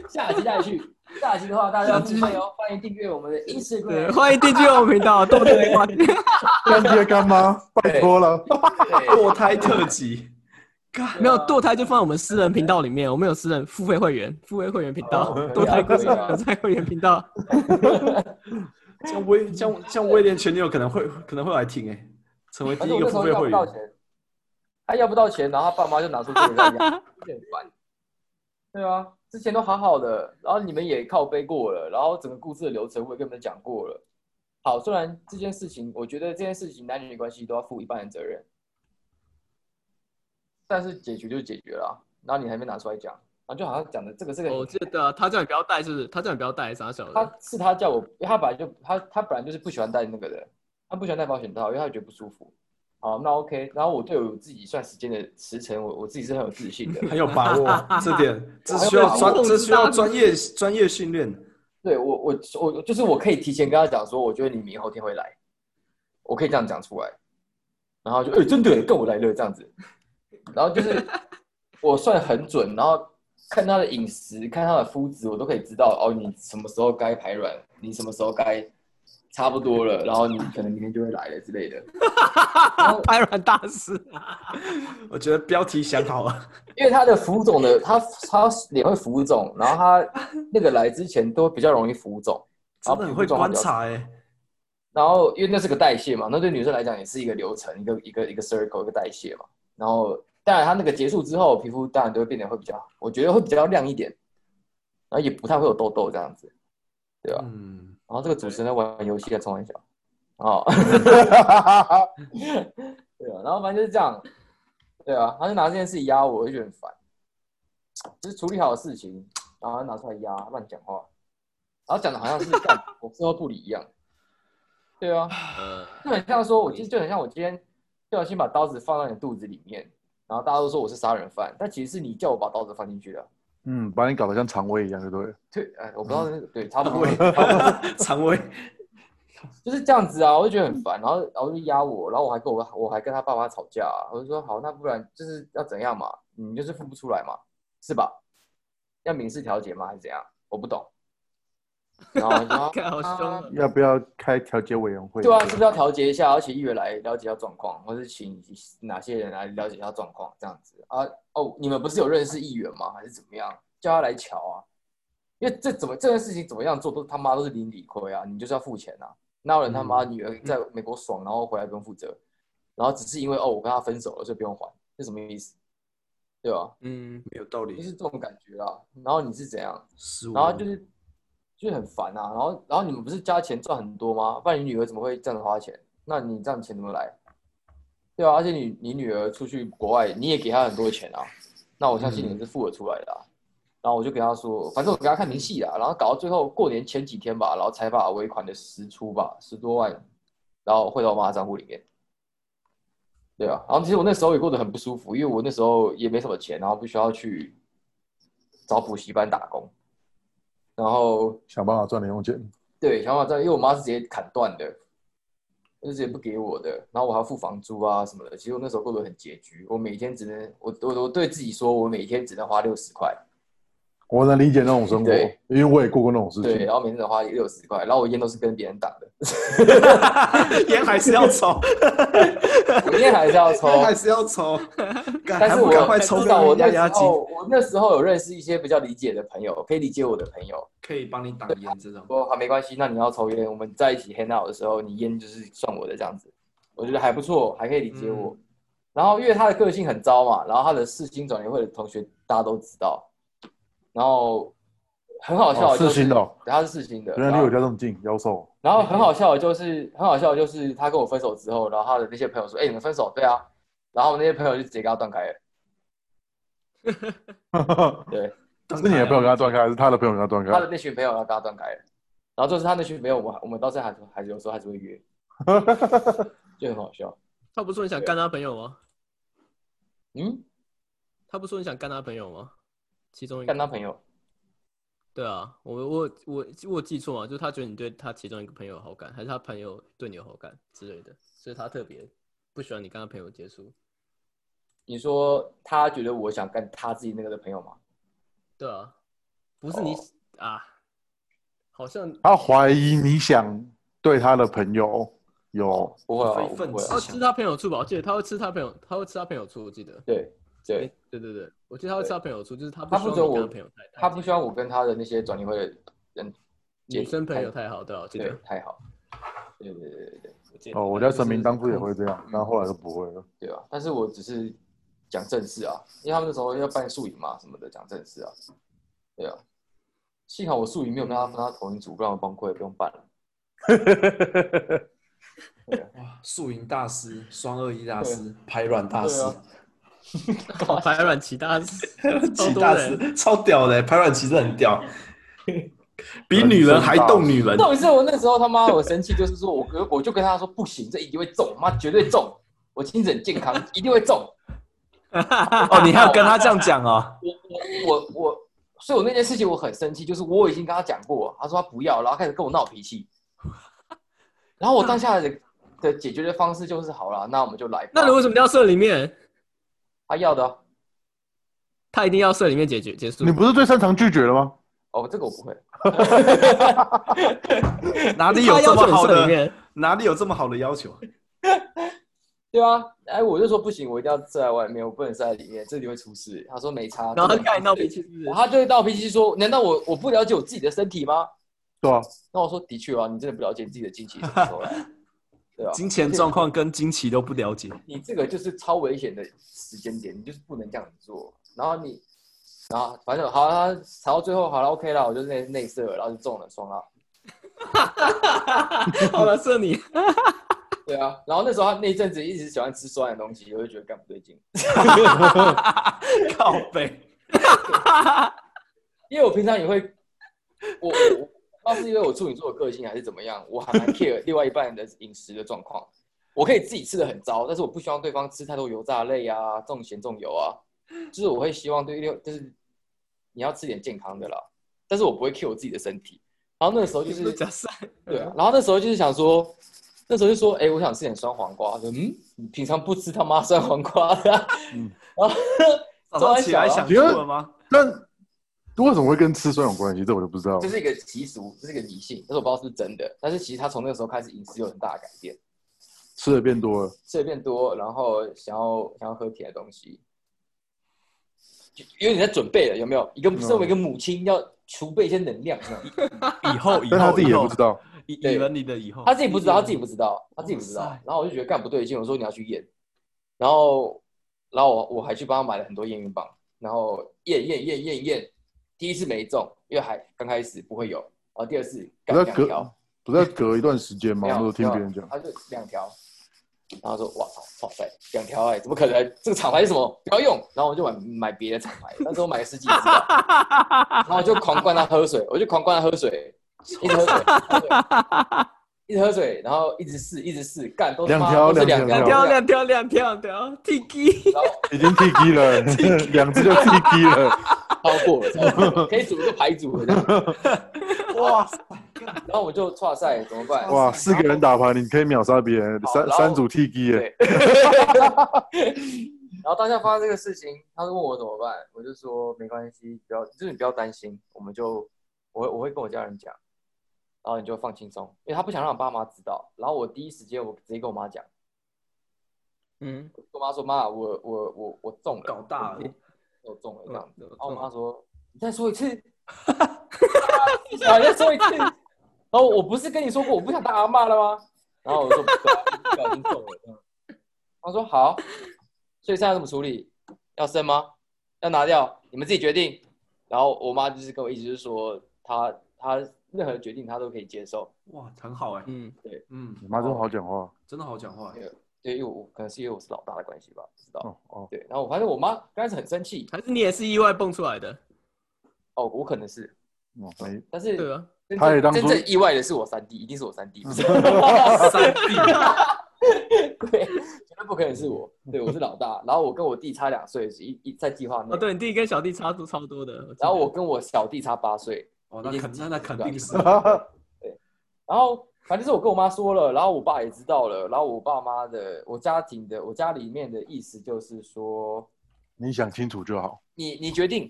下集再续，下集的话大家要欢迎哦欢迎订阅我们的 Instagram，
对，欢迎订阅我们频道，多多的话题。
干爹干妈，拜托了。
对
堕胎特辑。
没有堕胎就放在我们私人频道里面，我们有私人付费会员，付费会员频道，
哦
堕胎故事
对啊
有在会员频道。
这样威这样这样威廉前女友可能会可能会来听哎、成为第
反正
一
我
个
那时
付
候
费
要
会
不到
员。
钱，他要不到钱，然后他爸妈就拿出这个来养， 有点烦。对啊，之前都好好的，然后你们也靠背过了，然后整个故事的流程我也跟你们讲过了。好，虽然这件事情，我觉得这件事情男女关系都要负一半的责任，但是解决就解决了，然后你还没拿出来讲，然后就好像讲的这个这个，
哦
我记得他叫你不要带，是不是？他叫你不要带，傻小
他
的。
是他叫我，因为他本来就他他本来就是不喜欢戴那个的，他不喜欢戴保险套，因为他觉得不舒服。好，那 OK。然后我对我自己算时间的时辰，我我自己是很有自信的。
很有 把握，啊这点这需
我
要
还有
专
把握
这需要专业专业训练。
对我我我就是我可以提前跟他讲说，我觉得你明后天会来，我可以这样讲出来，然后就哎、真的耶跟我来了这样子， 然后就是我算很准，然后看他的饮食，看他的肤质，我都可以知道哦，你什么时候该排卵，你什么时候该差不多了，然后你可能明天就会来了之类的。然后
拍软大 师
我觉得标题想好了，
因为他的浮肿的，他他脸会浮肿，然后他那个来之前都比较容易浮肿，然
真
后
的很
浮
会
肿它
观
比较
察哎、
然后因为那是个代谢嘛，那对女生来讲也是一个流程，一个一个一个 circle，一个代谢嘛。然后当然它那个结束之后，皮肤当然都会变得会比较，我觉得会比较亮一点，然后也不太会有痘痘这样子。吧
嗯，
然后这个主持人在玩游戏在冲很小，哦， 对啊，然后反正就是这样，对啊，他就拿这件事压我，我就觉得很烦，就是处理好的事情，然后他拿出来压，乱讲话，然后讲的好像是干我事后不理一样，对啊，就很像说，我其实就很像我今天不小心把刀子放到你的肚子里面，然后大家都说我是杀人犯，但其实是你叫我把刀子放进去的，啊
嗯，把你搞得像肠胃一样，就对了。
对，哎，我不知道那个，对，差不多
肠。胃 肠胃，
就是这样子啊，我就觉得很烦，然后然后就压我，然后我还跟我我还跟他爸妈吵架、啊，我就说好，那不然就是要怎样嘛，你就是付不出来嘛，是吧？要民事调解吗，还是怎样？我不懂。然后我就说
看好凶啊
要不要开调解委员会？
对啊，是不是要调节一下，而且议员来了解一下状况，或是请哪些人来了解一下状况，这样子啊？哦，你们不是有认识议员吗？还是怎么样？叫他来瞧啊？因为这怎么这件事情怎么样做都他妈都是零理亏啊！你就是要付钱啊！哪有人他妈女儿在美国爽，然后回来不用负责，然后只是因为哦我跟他分手了，所以不用还，这什么意思？对吧？
嗯，
没有道
就
理，
是这种感觉啊。然后你是怎样？
失误
然后就是就是很烦啊。然后然后你们不是加钱赚很多吗？不然你女儿怎么会这样子花钱？那你这样钱怎么来？对啊，而且你你女儿出去国外，你也给她很多钱啊。那我相信你是付得出来的、啊。然后我就给她说，反正我给她看明细啦。啊然后搞到最后过年前几天吧，然后才把尾款的十出吧，十多万，然后汇到我妈的账户里面。对啊，然后其实我那时候也过得很不舒服，因为我那时候也没什么钱，然后必须要去找补习班打工，然后
想办法赚零用钱。
对，想法在，因为我妈是直接砍断的，就直接不给我的，然后我还要付房租啊什么的。其实我那时候过得很拮据，我每天只能我我我对自己说，我每天只能花六十块，
我能理解那种生活
对，
因为我也过过那种事
对，
情。
然后每天只能花六十块，然后我烟都是跟别人打的，
烟还是要 抽，
我烟还是要抽，
烟还是 要抽，干
但
还
是
不
我
赶快抽
至少我
根压
那
压
时
惊，
候我那时候有认识一些比较理解的朋友，可以理解我的朋友，
可以帮你挡烟这种。
说好没关系，那你要抽烟，我们在一起 hang out 的时候，你烟就是算我的这样子，我觉得还不错，还可以理解我。
嗯
然后因为他的个性很糟嘛，然后他的世新转联会的同学大家都知道，然后很好笑
哦，
的就
四
是，
星的哦，
对他是世新的，
原来
然
离
后
我家这么近，妖兽。
然后很好笑的就是，很好笑的就是他跟我分手之后，然后他的那些朋友说：“哎、你们分手？”对啊，然后那些朋友就直接跟他断开了。 对，
是你的朋友跟他断开，还是他的朋友跟他断
他的
开？
那群朋友要跟他断开了，然后就是他那群朋友，我们我们到现在还是还是有时候还是会 约，就很好笑。
他不是说你想干他朋友吗？
嗯，
他不是说你想干他朋友吗？其中一
干
个，
他朋友，我
对啊，我我我我有记错嘛，就是他觉得你对他其中一个朋友有好感，还是他朋友对你有好感之类的，所以他特别不喜欢你跟他朋友接触。
你说他觉得我想干他自己那个的朋友吗？
对啊，不是你、
哦
啊，好像
他怀疑你想对他的朋友有
不会啊，
非
我
分
不会啊
子
他会吃他朋友醋吧？我记得他会吃他朋友，他会吃他朋友醋，我记得
对，对
对对对，我觉得他会吃到朋友出，就是他
他
不
不
希
准
望你跟
我
朋友太太
他不希望我跟他的那些转移会的人
女生朋友
太
太好，对啊，我记
对
得。
太好，对对对对对我记得
哦，我家神明当初也会这样，但后来就不会了。
对啊，但是我只是讲正事啊，因为他们那时候要办宿营嘛什么的，讲正事啊，对啊，幸好我宿营没有跟他们他同一组，不然我崩溃不用办了。啊
哇，素营大师、双二一大师、排卵大师
对、啊
排卵期大师，
奇
超多
大
人
师，超屌的，欸排卵期真的很屌，比女人还动女人。
到底是我那时候他妈我生气，就是说我哥我就跟他说不行，这一定会中，妈绝对中，我精神健康一定会中。
哦，你还要跟他这样讲哦？
我我我，所以我那件事情我很生气，就是我已经跟他讲过，他说他不要，然后开始跟我闹脾 气，然后我当下的的解决的方式就是好了，那我们就来吧。
那你为什么要设里面？
他要的啊
他一定要设里面解决结束
你。不是最擅长拒绝了吗？
哦，这个我不会，
哪里有
他
这
要求
么
你
好
设里
的？
面，
哪里有这么好的要求？
对啊，哎，我就说不行，我一定要塞在外面，我不能塞在里面，这里会出事。他说没差，
然
这
后他
里
开始闹脾
气，
气，是不是
然？后他就会闹脾气说，难道我我不了解我自己的身体吗？
对啊，
那我说的确啊，你真的不了解你自己的经期什么时候 来，对啊，
金钱状况跟金奇都不了解，
你这个就是超危险的时间点，你就是不能这样子做。然后你，然后反正好，他吵到最后好了，OK 了，我就内内射了，然后就中了双了。
好了，设你。
对啊，然后那时候他那一阵子一直喜欢吃酸的东西，我就觉得干不对劲，
靠背。
因为我平常也会，我我我不知道是因为我处女座的个性还是怎么样，我还蛮 care 另外一半的饮食的状况。我可以自己吃的很糟，但是我不希望对方吃太多油炸类啊，重咸重油啊，就是我会希望对另就是你要吃点健康的啦，但是我不会 care 我自己的身体。然后那个时候就是
假赛，
对啊，然后那时候就是想说，那时候就说，哎、我想吃点酸黄瓜。他说，嗯，你平常不吃他妈酸黄瓜的、啊。
嗯
然后
早上起来想吐了吗？
但为什么会跟吃酸有关系？这我就不知道
这
了。
是一个习俗，这是一个迷信，但是我不知道是不是真的。但是其实他从那个时候开始饮食有很大的改变，
吃的变多了，
吃的变多，然后想要想要喝甜的东西，就有点在准备了，有没有？一个
嗯
身为一个母亲要储备一些能量，有没有
以后以
但他
后
自己
以
也不
后
知，道。
以以为你的以后
他，自己不知道，他自己不知道，他自己不知道
哦哇塞。
然后我就觉得干不对劲，我说你要去验，然后，然后我我还去帮他买了很多验孕棒，然后验验验验验，第一次没中，因为还刚开始不会有，然后第二次
不
干
是
两
要
条
隔，不是要隔一段时间吗？
没
我那时
有
候听别人
没有
讲，
他就两条，然后说哇哇塞，两条哎，怎么可能？这个厂牌是什么？不要用。然后我就买买别的厂牌，那时候买了十几支吧，然后我就狂灌他喝水，我就狂灌他喝水，一直喝水，喝水一直喝水，然后一直试，一直试，干都他妈
两条
都是
两
两
条
跳两跳两跳跳，T 啊 G，
然后
已经 T K 了，两只就 T K 了。
超过了超过了，可以组一个牌组了这样。
哇塞，
然后我就跨赛怎么办？
哇，四个人打牌，你可以秒杀别人，
好
三
然后
三组 T K 耶。
然后当下发生这个事情，他就问我怎么办，我就说没关系，不要，就是你不要担心，我们就我会我会跟我家人讲，然后你就放轻松，因为他不想让我爸妈知道。然后我第一时间我直接跟我妈讲，
嗯，
跟我妈说妈，我我我我中了，
搞大了，
我中了这样。然后我妈
嗯
说你再说一次， 啊，你再说一次。然后我不是跟你说过我不想当阿妈了吗？然后我说不不小心中了这样。他说好，所以现在怎么处理？要生吗？要拿掉？你们自己决定。然后我妈就是跟我一直就是说，她她任何决定她都可以接受。
哇，很好哎，
嗯，
嗯，
你妈真好讲话
真的好讲话，
对，因为我可能是因为我是老大的关系吧，不知道。
嗯
哦哦，
对，然后我发现我妈刚开始很生气，
还是你也是意外蹦出来的，
哦，我可能是，
哦没
但是
对吧？
真
她也
正
当
真
初
正意外的是我三弟，一定是我三弟，不 是
三弟，
啊
对，绝对不可能是我，对我是老大。然后我跟我弟差两岁，是一一在计划内。
哦，对你弟跟小弟差都超多的，记得
然后我跟我小弟差八岁，
哦，那肯那那肯
啊
定是，哦
然后反正就是我跟我妈说了，然后我爸也知道了，然后我爸妈的我家庭的我家里面的意思就是说，
你想清楚就好。
你你决定，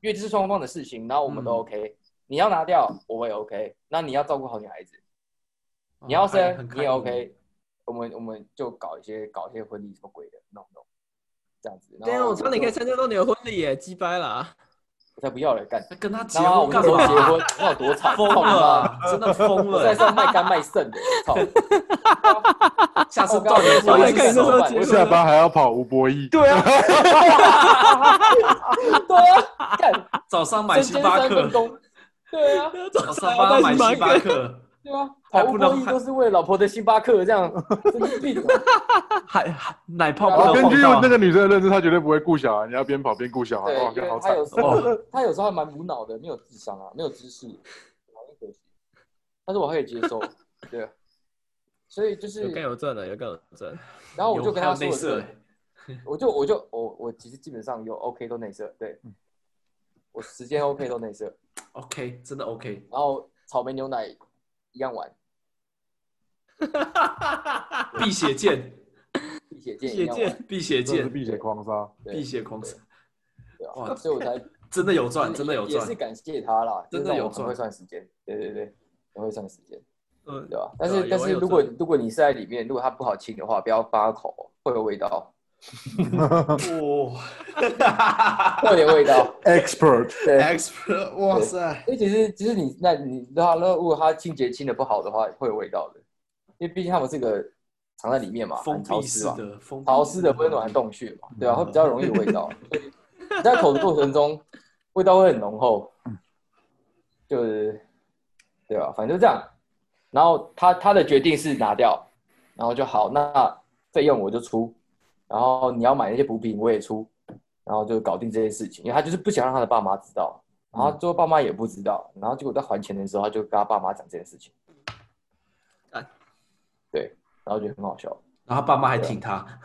因为这是双方的事情，然后我们都
嗯
OK，、你要拿掉我也 OK，那你要照顾好女孩子，你要
哦
生
很开
你也
明
OK，我们我们就搞一些搞一些婚礼什么鬼的弄弄，这样子。
对啊，我差点可以
以，
参加到你的婚礼耶，鸡掰啦！
我才不要了，干。
哎跟他 结
然后我
婚
们就
干嘛？
结 婚，那有多惨？
疯
操你妈！
了，真的疯
我在
了！
上卖干卖肾的， 操！
下次到底
我
我
来
也
看你那
是
时候
我
结
我
婚
下班还要跑吴博义，
对啊，对啊，干，
早上买
身
星
兼
巴
三份
克，
工，对啊，
早上帮 他买星巴克，
对啊，
还
跑
不
步
能
过亿都是为了老婆的星巴克，这样神经 病啊！
还还奶泡
我
不
我根
能
据
晃到。
那个女生的认识，她绝对不会顾小孩，你要边跑边顾小孩，
对
哦
哇，，
因
看好
为
惨
他。有时候他有时候还蛮无脑的，没有智商啊，没有知识，好可惜。但是我还可以接受，对啊。所以就是
有，干有赚的，有干有赚。
然后我就跟他
有还有内
说
射
了，我就我就我我其实基本上有 OK 都内射，对，
嗯
我时间 OK 都内射，
，OK，真的 OK。
然后草莓牛奶一样玩，
辟邪剑，
辟邪剑一样玩，
辟邪
真的是
剑，
避血狂杀，
对
辟邪狂，
对啊，
哇
所以 我才
真的有赚，
也
真的有
也
赚
是。感谢他啦，
真
就
的
是让
有
我很会
赚
算时间，对对对，很会算时间，
嗯
呃
对，吧？但
对
是
啊有
但是
有
如果如果你是在里面，如果它不好清的话，不要放它口，会有味道，
哇
会有点味 道，
expert，
对。
，expert，哇塞，
所以其实其实你那你那那如果它清洁清的不好的话，会有味道的，因为毕竟它们是个藏在里面嘛，
封
很潮
闭
湿
式
嘛，
的，封闭
潮湿的温暖
的
洞穴嘛，对啊，会比较容易有味道。所以你在口的过程中，味道会很浓厚，就是对啊，反正就这样。然后他他的决定是拿掉，然后就好，那费用我就出，然后你要买那些补品我也出，然后就搞定这些事情，因为他就是不想让他的爸妈知道，然后最后爸妈也不知道，然后结果在还钱的时候，他就跟他爸妈讲这件事情
干，
对，然后就很好笑。
然后他爸妈还挺
啊
他，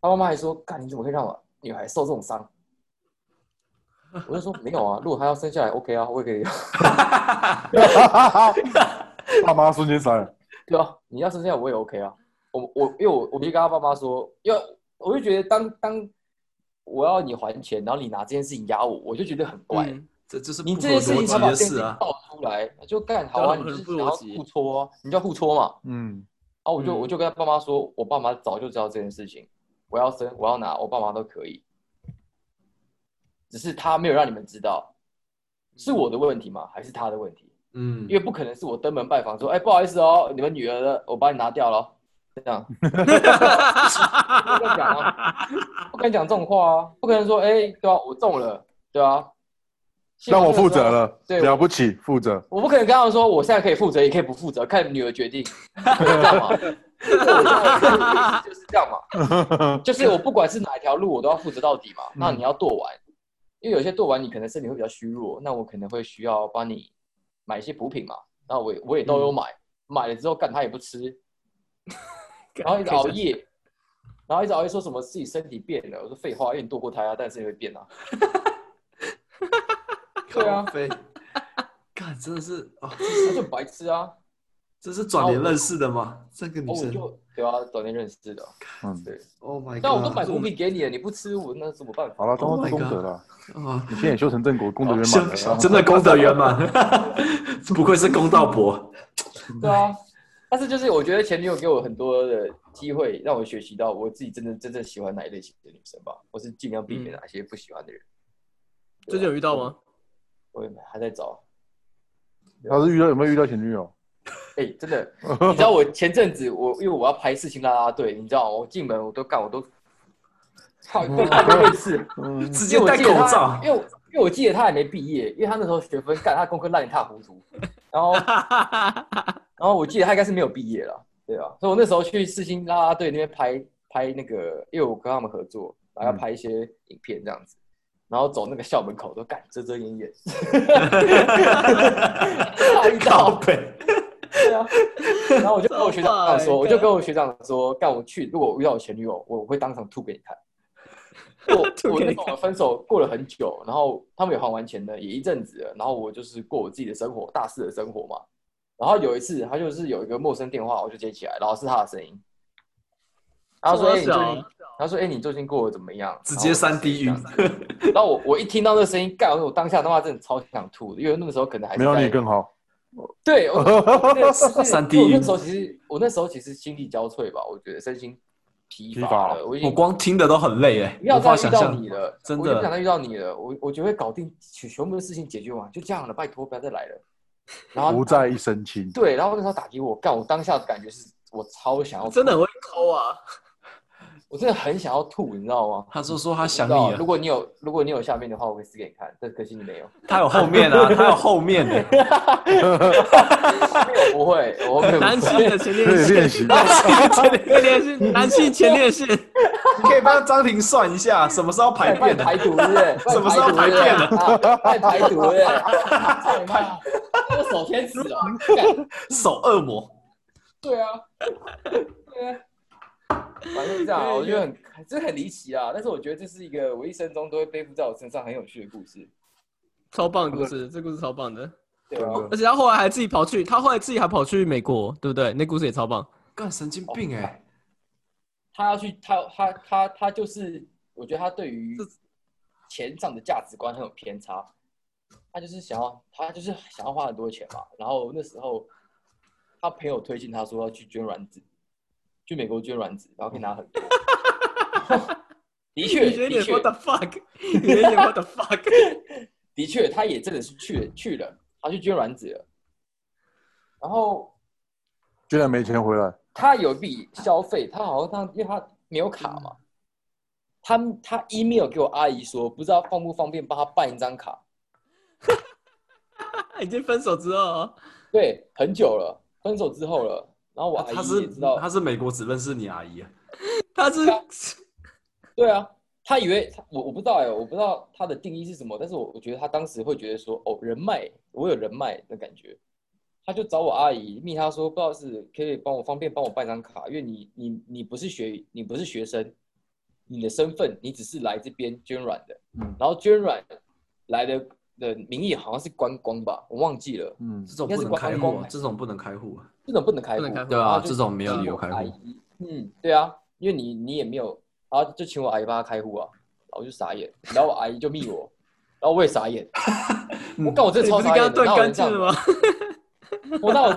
他妈妈还说：“干，你怎么可以让我女孩受这种伤？”我就说：“没有啊，如果她要生下来，OK 啊，我也可以。
爸妈瞬间傻了，
对啊，你要生下来我也 OK 啊。我我因为我我就跟他爸妈说，因为我就觉得当当我要你还钱，然后你拿这件事情压我，我就觉得很怪。
嗯
这这是
你
不
这
合
件事情
逻
才
辑
把
的
这件事
事
情
啊。
爆出来，那就干好啊，
对
你
啊
就是
很不
想要
逻辑
互戳、啊，你叫互戳嘛。
嗯，
然哦后我就、
嗯
我就跟他爸妈说，我爸妈早就知道这件事情，我要生，我要拿，我爸妈都可以，只是他没有让你们知道，是我的问题吗？还是他的问题？
嗯
因，为不可能是我登门拜访说，哎，不好意思哦，你们女儿的，我把你拿掉了哦，这样，不敢讲啊，不敢讲这种话啊，不可能说，哎，对啊，我中了，对啊，
让我负责了，
对
了不起，负责，
我不可能跟他们说，我现在可以负责，也可以不负责，看女儿决定， 这样嘛。就是这样嘛， 就是我不管是哪一条路，我都要负责到底嘛。
嗯
那你要剁完，因为有些剁完你可能身体会比较虚弱，那我可能会需要帮你买一些补品嘛。那我也我也都
嗯
有买，买了之后干他也不 吃，然后一直熬夜，然后一直熬夜说什么自己身体变了，我说废话，因为你剁过胎啊，但是也会变啊。对啊
靠背，干真的是哦，
他就很白痴啊，
这是转脸认识的吗？这个
哦，
女
我
生
就对啊，早天认识的。
嗯，
，Oh my god！
但我都买补品给你了，你不吃我那怎么办法？
好了，都
Oh my
是功德了，
啊，
你现在也修成正果，功德圆满了啊，
真的功德 圆满， 不愧是公道婆。
对啊，但是就是我觉得前女友给我很多的机会，让我学习到我自己真的真正喜欢哪一类型的女生吧。我是尽量避
嗯
免哪些不喜欢的人。
最近有遇到吗？
我也还在找。
他是遇到有没有遇到前女友？
哎、真 的，你知道我前阵子我因为我要拍事情啦啦队，你知道我进门我都干我 都，靠，被他认识，
嗯，
哦直
因
接
为我
戴
记得
口
他
罩，
因为我因为我记得他还没毕业，因为他那时候学分干他功课烂一塌糊涂，然后然后我记得他应该是没有毕业了，对啊，所以我那时候去世新啦啦队那边拍拍那个，因为我跟他们合作，然后
嗯
要拍一些影片这样子，然后走那个校门口都干遮遮掩 掩，吓一
靠
跳，
背，
对啊，然后我就跟我学长
超坏
说，我就跟我学长说，干我去，如果我遇到我前女友，我我会当场吐给你看。我
吐
我
给
那
你看
时候分手过了很久，然后他们也还完钱了，也一阵子了，然后我就是过我自己的生活，大四的生活嘛。然后有一次，他就是有一个陌生电话，我就接起来，然后是他的声音，然后说：“哎、
这
你最
么小
近，他说：哎、你最近过得怎么样？”
直接三 D
然
晕
后我就。然后我我一听到这声音，干！我当下他妈真的超想吐的，因为那个时候可能还是
没有
在
你更好，
对，我
三 D
因为我
晕
那时候其实我那时候其实心力交瘁吧，我觉得身心疲
疲
乏
乏
了，我已
我
经
光听的都很累哎，
不要
无法
再遇
想
到
象
你了，
真
我已经不想
的
再遇到你了，我我就会搞定全全部的事情解决完，就这样了，拜托不要再来了。然后
不在一身轻。
对，然后那时候打击我，干，我当下的感觉是我超想要，
真的，很会抠啊！
我真的很想要吐，你知道吗？
他就说他想
不知道
你
如
了，
果你有，如果你有下面的话，我会撕给你看，但可惜你没有。
他有后面 啊，他有后面 的，
不会，我 会
男性的前列
对，
腺，
练习。
前列腺，男性前列腺，
你可以帮张婷算一下什么时候排便的，
排毒 是不是？
什么时候排便的
的？快排毒 是不是？操你妈！我手天使哦！干
手恶魔。
对啊，对啊，反正是这样啊，我觉得很这很离奇啊，但是我觉得这是一个我一生中都会背负在我身上很有趣的故事。
超棒的故事，这故事超棒的。
对啊，
而且他后来还自己跑去，他后来自己还跑去美国，对不对？那故事也超棒。
干神经病哎、
他要去，他他他他就是，我觉得他对于钱上的价值观很有偏差。他就是想要，他就是想要花很多钱嘛。然后那时候，他朋友推荐他说要去捐卵子，去美国捐卵子，然后可以拿 很多。的确，
你觉得
的
你 what
确，
the fuck？你觉得你 what the fuck？
的确，他也真的是去了去了，他去捐卵子了。然后
居然没钱回来，
他有一笔消费，他好像他因为他没有卡嘛，
嗯
他他 email 给我阿姨说，不知道方不方便帮他办一张卡。
已经分手之后哦，
对，很久了，分手之后了，然后哦我
他
阿
他
姨也
是
知道，
他是美国只认识你阿姨、啊，
他是
对啊，他以为他我我不知道哎、我不知道他的定义是什么，但是我我觉得他当时会觉得说，哦，人脉，我有人脉的感觉，他就找我阿姨密他说，不知道是可以帮我方便帮我办张卡，因为你你你不是学你不是学生，你的身份你只是来这边捐卵的，然后捐卵来的的名义好像是观光吧，我忘记了，
嗯
这，种不能开
应该是
户、
光
啊
光，
这种不能开户、啊，
这种不能开
不
户，
能开户
对啊，
然后就
这种没有理由开
阿
户。
姨，嗯，对啊，因为你你也没有，然后就请我阿姨帮他开户啊，然后我就傻眼，然后我阿姨就密我，然后我也傻 眼，我干我真的
你
超
不是
傻
跟他
眼的，
断
那有人
干
这
净
样
了
吗？
吗？
我那我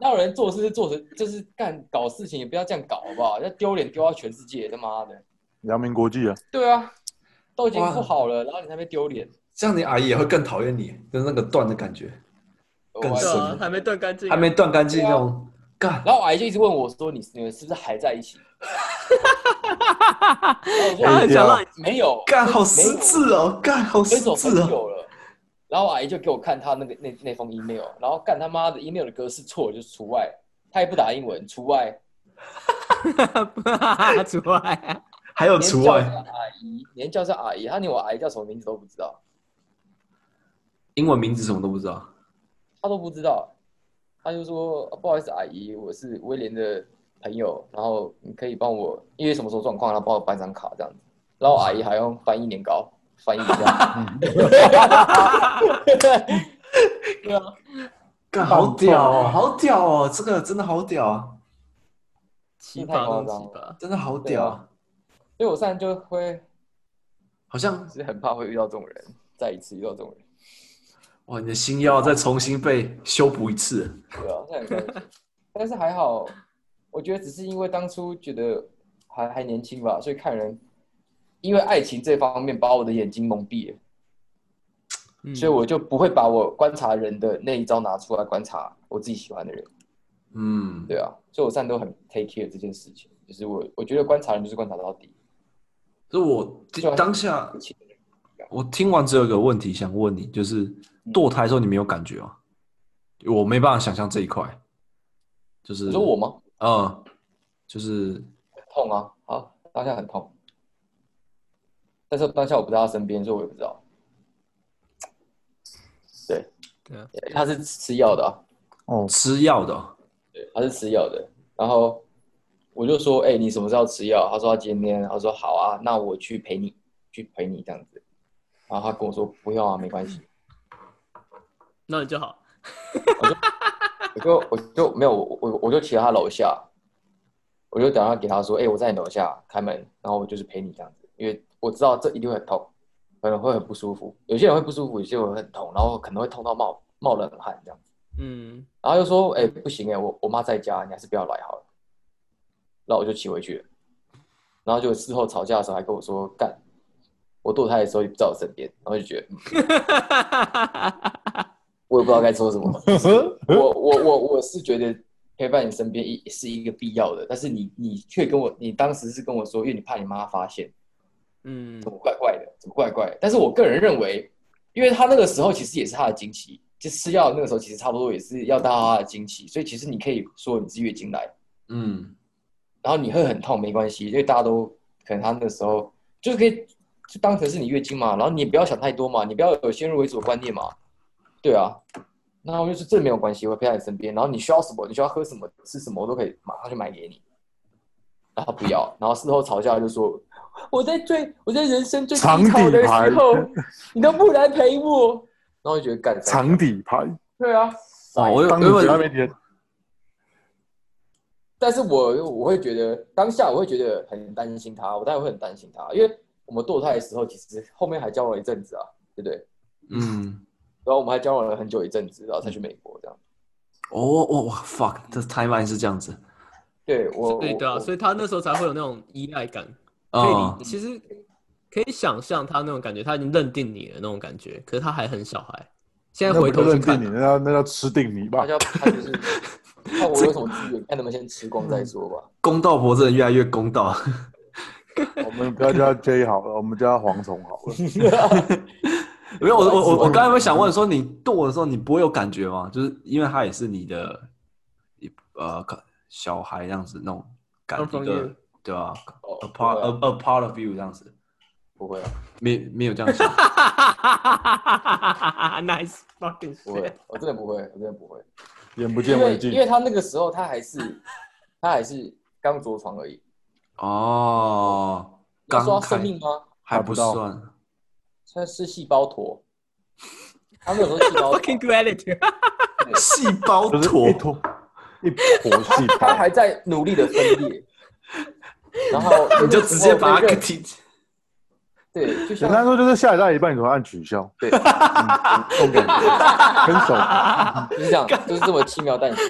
那有人做事是做成，就是干搞事情也不要这样搞好不好？要丢脸丢到全世界，他妈的！
阳明国际啊，
对啊，都已经
哇
不好了，然后你还没丢脸，
这样你阿姨也会更讨厌你，就是那个断的感觉，
我
更
还
对
是
啊，还没 断干净，
还没断干净
对啊
那种。干，
然后我阿姨就一直问我说：“你你们是不是还在 一起？”然后我说
他很想让你
没有，
哎干好失智哦，干好失
分手很
智哦。
久了，然后我阿姨就给我看她那个那那封 email，然后干他妈的 email 的格式错了就是除外，她也不打英文，除外，
除外。
还有除
连叫
外，
上阿姨，连叫上阿姨，她连我阿姨叫什么名字都不知道，
英文名字什么都不知道。
她都不知道，她就说、啊不好意思阿姨，我是威廉的朋友，然后你可以帮我因为什么什么状况，然后帮我办张卡这样子，然后我阿姨还用翻译年糕翻译一下，
嗯
对啊，
干，好屌哦，好屌哦，这个真的好屌啊，
奇
这
葩
太夸
中
张
奇葩，
真的好屌啊，
所以我现在就会
好像
其实很怕会遇到这种人，再一次遇到这种人。
哇，你的心要再重新被修补一次。
对啊，那很开心。但是还好，我觉得只是因为当初觉得还还年轻吧，所以看人，因为爱情这方面把我的眼睛蒙蔽了，
嗯
所以我就不会把我观察人的那一招拿出来观察我自己喜欢的人。
嗯，
对啊，所以我现在都很 take care 这件事情，就是我我觉得观察人就是观察到底。
所以我
就
当下
不清楚
我听完只有一个问题想问你，就是
嗯
堕胎的时候你没有感觉吗？我没办法想象这一块，就是
你说我吗？
嗯，就是
痛啊，好，当下很痛，但是当下我不在他身边，所以我也不知道。对，
对啊
他是吃药的、啊。
哦，
吃药的哦、
他是吃药的，然后我就说，哎、你什么时候要吃药？他说他今天，他说好啊，那我去陪你，去陪你这样子。然后他跟我说不用啊，没关系。
那你就好。
我就我就没有我我我就骑到他楼下，我就打电话给他说，哎、我在你楼下开门，然后我就是陪你这样子，因为我知道这一定会很痛，可能会很不舒服，有些人会不舒服，有些人会很痛，然后可能会痛到冒冒冷汗这样子。
嗯，
然后就说，哎、不行哎、我我妈在家，你还是不要来好了。然后我就骑回去了。然后就事后吵架的时候还跟我说干，我堕胎的时候你不在我身边，然后就觉得、嗯我也不知道该说什么。我我我我是觉得陪伴你身边一是一个必要的，但是你你却跟我，你当时是跟我说，因为你怕你妈发现，
嗯
怎么怪怪的，怎么怪怪的。但是我个人认为，因为他那个时候其实也是他的经期，就吃药的那个时候其实差不多也是要到他的经期，所以其实你可以说你是月经来，
嗯，
然后你会很痛没关系，因为大家都可能他那个时候就是可以就当成是你月经嘛，然后你也不要想太多嘛，你不要有先入为主的观念嘛，对啊。那我就说这没有关系，我陪在你身边，然后你需要什么，你需要喝什么、吃什么，我都可以马上就买给你。然后他不要，然后事后吵架就说我在最我在人生最低
长
潮的
底牌
时候，你都不来陪我，然后就觉得干
长底牌，
对啊，
哦，我有
当
我
你觉
有
得没点，
但是我我会觉得当下我会觉得很担心他，我当然会很担心他，因为我们堕胎的时候，其实后面还交往了一阵子啊，对不对？
嗯，
然后我们还交往了很久一阵子，然后才去美国这样。
哦哦哇 fuck，这 timeline 是这样子，
对我，
对对啊，所
以
以他那时候才会有那种依赖感。可以理
哦，
其实可以想象他那种感觉，他已经认定你了那种感觉，可是他还很小孩。现在
那
回
不
头
叫
去
认定
看啊，
你，那叫那叫吃定你吧
他。就他就是看我有什么资源，看能不能先吃光再说吧。
公道婆真的越来越公道，
我们不要叫他 J 好了，我们叫他蝗虫好了。
没有我我 我我刚才有想问说，你剁的时候你不会有感觉吗？就是因为他也是你的，呃，小孩这样子那种感
Come from
一个
you
对吧
哦
？A part a a part of you 这样子，
不会啊，
没没有这样 想。
nice fucking
不会啊
shit！，
我真的不会，我真的不会，
眼不见
因为
为
因
净，
为他那个时候他还是他还是刚着床而已，
哦，
你要说
刚
他生
开
命吗？
还不
还
算，
他是细胞坨，他那个时候细 胞
Fucking gratitude！
细胞
就是
坨
一坨一坨细
他
胞。
还在努力的分 裂，然后
你就直接把它
那
给
个
踢。
对，就
简
像
单说就是下载到一半，你突然按取消，
对，
这种感觉，分 手。
就是这样，就是这么轻描淡写。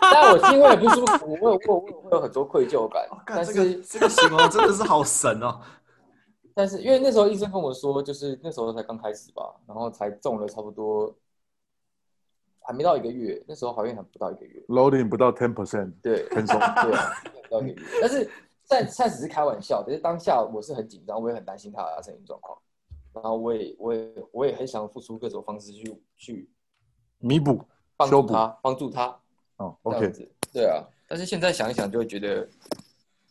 但我心会很不舒服，我有我有我有会有很多愧疚感
哦，干
但
这
是
个这个形容真的是好神 哦！
但是因为那时候医生跟我说，就是那时候才刚开始吧，然后才中了差不多还没到一个月，那时候怀孕还不到一个月，
loading 不到 ten percent，
对，
分手。
对啊，到底但是但但只是开玩笑，可是当下我是很紧张，我也很担心他的身体状况，然后我也我也我也很想付出各种方式去去
弥补
帮
修
助
补
他，帮助他
哦
这样
，OK，
子。对啊，但是现在想一想就会觉得